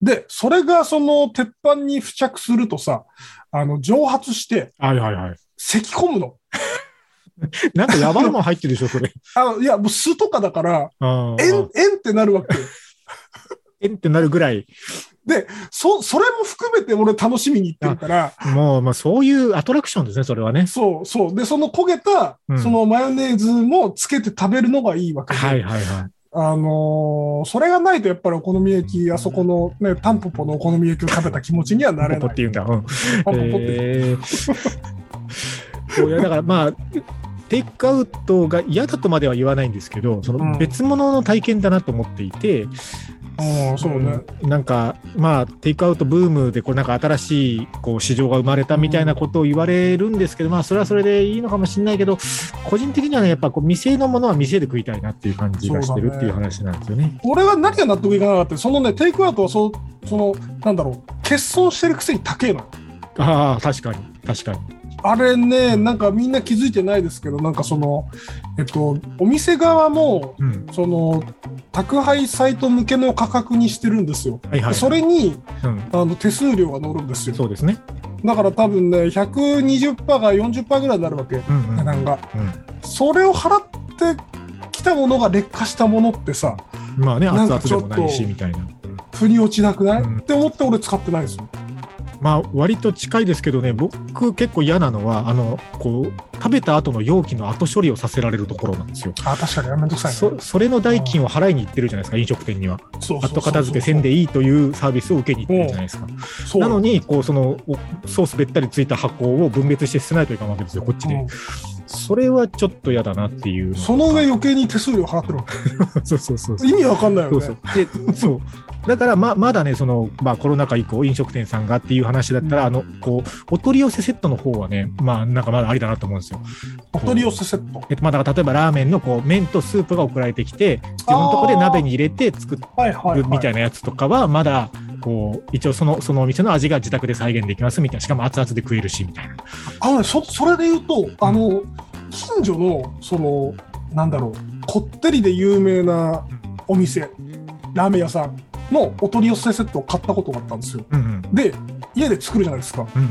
C: で、それがその鉄板に付着するとさ、あの、蒸発して、
B: うん。はいはいはい。
C: 咳込むの。
B: なんかやばいもん入ってるでしょ、それ。
C: あの、いや、もう酢とかだから、
B: [LAUGHS] あ
C: えん、
B: あ。
C: えんってなるわけ。
B: えんってなるぐらい。
C: そ、それも含めて俺楽しみに行ってるから、
B: もう、まあそういうアトラクションですね、それはね。
C: そう、そう。で、その焦げた
B: う、ん
C: そのマヨネーズもつけて食べるのがいいわけで。
B: はいはいはい。
C: あのーそれがないとやっぱりお好み焼き、あそこのね、タンポポのお好み焼きを食べた気持ちにはなれ
B: ポポ
C: な
B: っ
C: い。
B: て言うんだ。うん。
C: タンポポって。
B: え [LAUGHS] ーいやだからまあテイクアウトが嫌だとまでは言わないんですけどそ
C: うん
B: の別物の体験だなと思っていて、
C: うん、そうね。
B: なんかまあテイクアウトブームでこうなんか新しいこう市場が生まれたみたいなことを言われるんですけど、まあそれはそれでいいのかもしれないけど個人的にはねやっぱこう店のものは店で食いたいなっていう感じがしてるっていう話なんですよね。
C: 俺は何が納得いかなかったってそのね、テイクアウトはそ、その、なんだろう、欠損してるくせに高えの。
B: ああ確かに確かに。
C: あれね、なんかみんな気づいてないですけど、なんかその、えっと、お店側も、
B: うん、
C: その、宅配サイト向けの価格にしてるんですよ。
B: はいはい。
C: それに
B: うん、
C: あの手数料が乗るんですよ。
B: そうですね。
C: だから多分ね、120%が40%ぐらいになるわけ、
B: うんうん
C: 値段が。
B: う
C: それを払ってきたものが劣化したものってさ、
B: ん、まあね
C: な
B: 熱
C: んか
B: 々
C: ち
B: で
C: ょっと
B: もないしみたいな。
C: 腑に落ちなくない、
B: うん
C: って思って俺使ってないですよ。
B: まあ割と近いですけどね僕結構嫌なのはあのこう食べた後の容器の後処理をさせられるところなんですよ。
C: あ、確かにめんどくさいね。
B: そそれの代金を払いに行ってるじゃないですか飲食店には
C: そうそうそうそう
B: 後片付けせんでいいというサービスを受けに行ってるじゃないですか
C: そう
B: なのにこうそのおソースべったりついた箱を分別して捨てないといかんわけですよこっち
C: う
B: で
C: ん
B: それはちょっと嫌だなっていう
C: その上余計に手数料払ってるわけ
B: [LAUGHS] そうそうそう
C: 意味わかんないよ
B: そ
C: ね。
B: うそう。で、そう。だからま、まだね、その、まあ、コロナ禍以降、飲食店さんがっていう話だったら、
C: うん
B: あの、こう、お取り寄せセットの方はね、まあ、なんかまだありだなと思うんですよ。
C: お取り寄せセット。
B: えっと、まあ、だから例えばラーメンの、こう、麺とスープが送られてきて、自分のとこで鍋に入れて作る
C: はいはい、はい。
B: みたいなやつとかは、まだ、こう、一応その、そのお店の味が自宅で再現できますみたいな。しかも熱々で食えるし、みたいな。
C: あのね、そそれで言うと、あの、近所の、その、なんだろう、こってりで有名なお店、ラーメン屋さんのお取り寄せセットを買ったことがあったんですよ。
B: うんうん。
C: で、家で作るじゃないですか。
B: うんうん。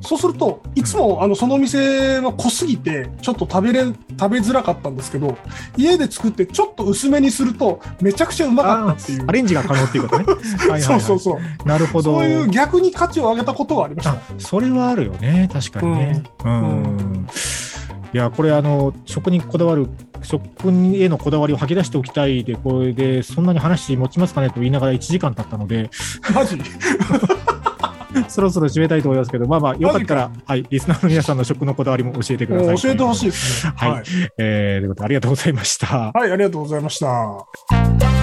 C: そうすると、いつもあのそのお店は濃すぎて、ちょっと食べれ、食べづらかったんですけど、家で作ってちょっと薄めにすると、めちゃくちゃうまかったっていう
B: ア。レンジが可能っていうことね。 [LAUGHS] はいはいはい
C: そうそうそう。
B: なるほど。
C: そういう逆に価値を上げたことがありました
B: あ。それはあるよね確かにね。うんいやこれあの食にこだわる食にへのこだわりを吐き出しておきたいでこれでそんなに話持ちますかねと言いながら1時間経ったの [LAUGHS] で
C: マジ
B: そろそろ締めたいと思いますけどまあまあよかったら、はい、リスナーの皆さんの食のこだわりも教えてください。
C: 教えてほしい
B: い
C: ですね。
B: はい
C: はい。
B: えーということでありがとうございました。
C: はい、ありがとうございました。
A: た。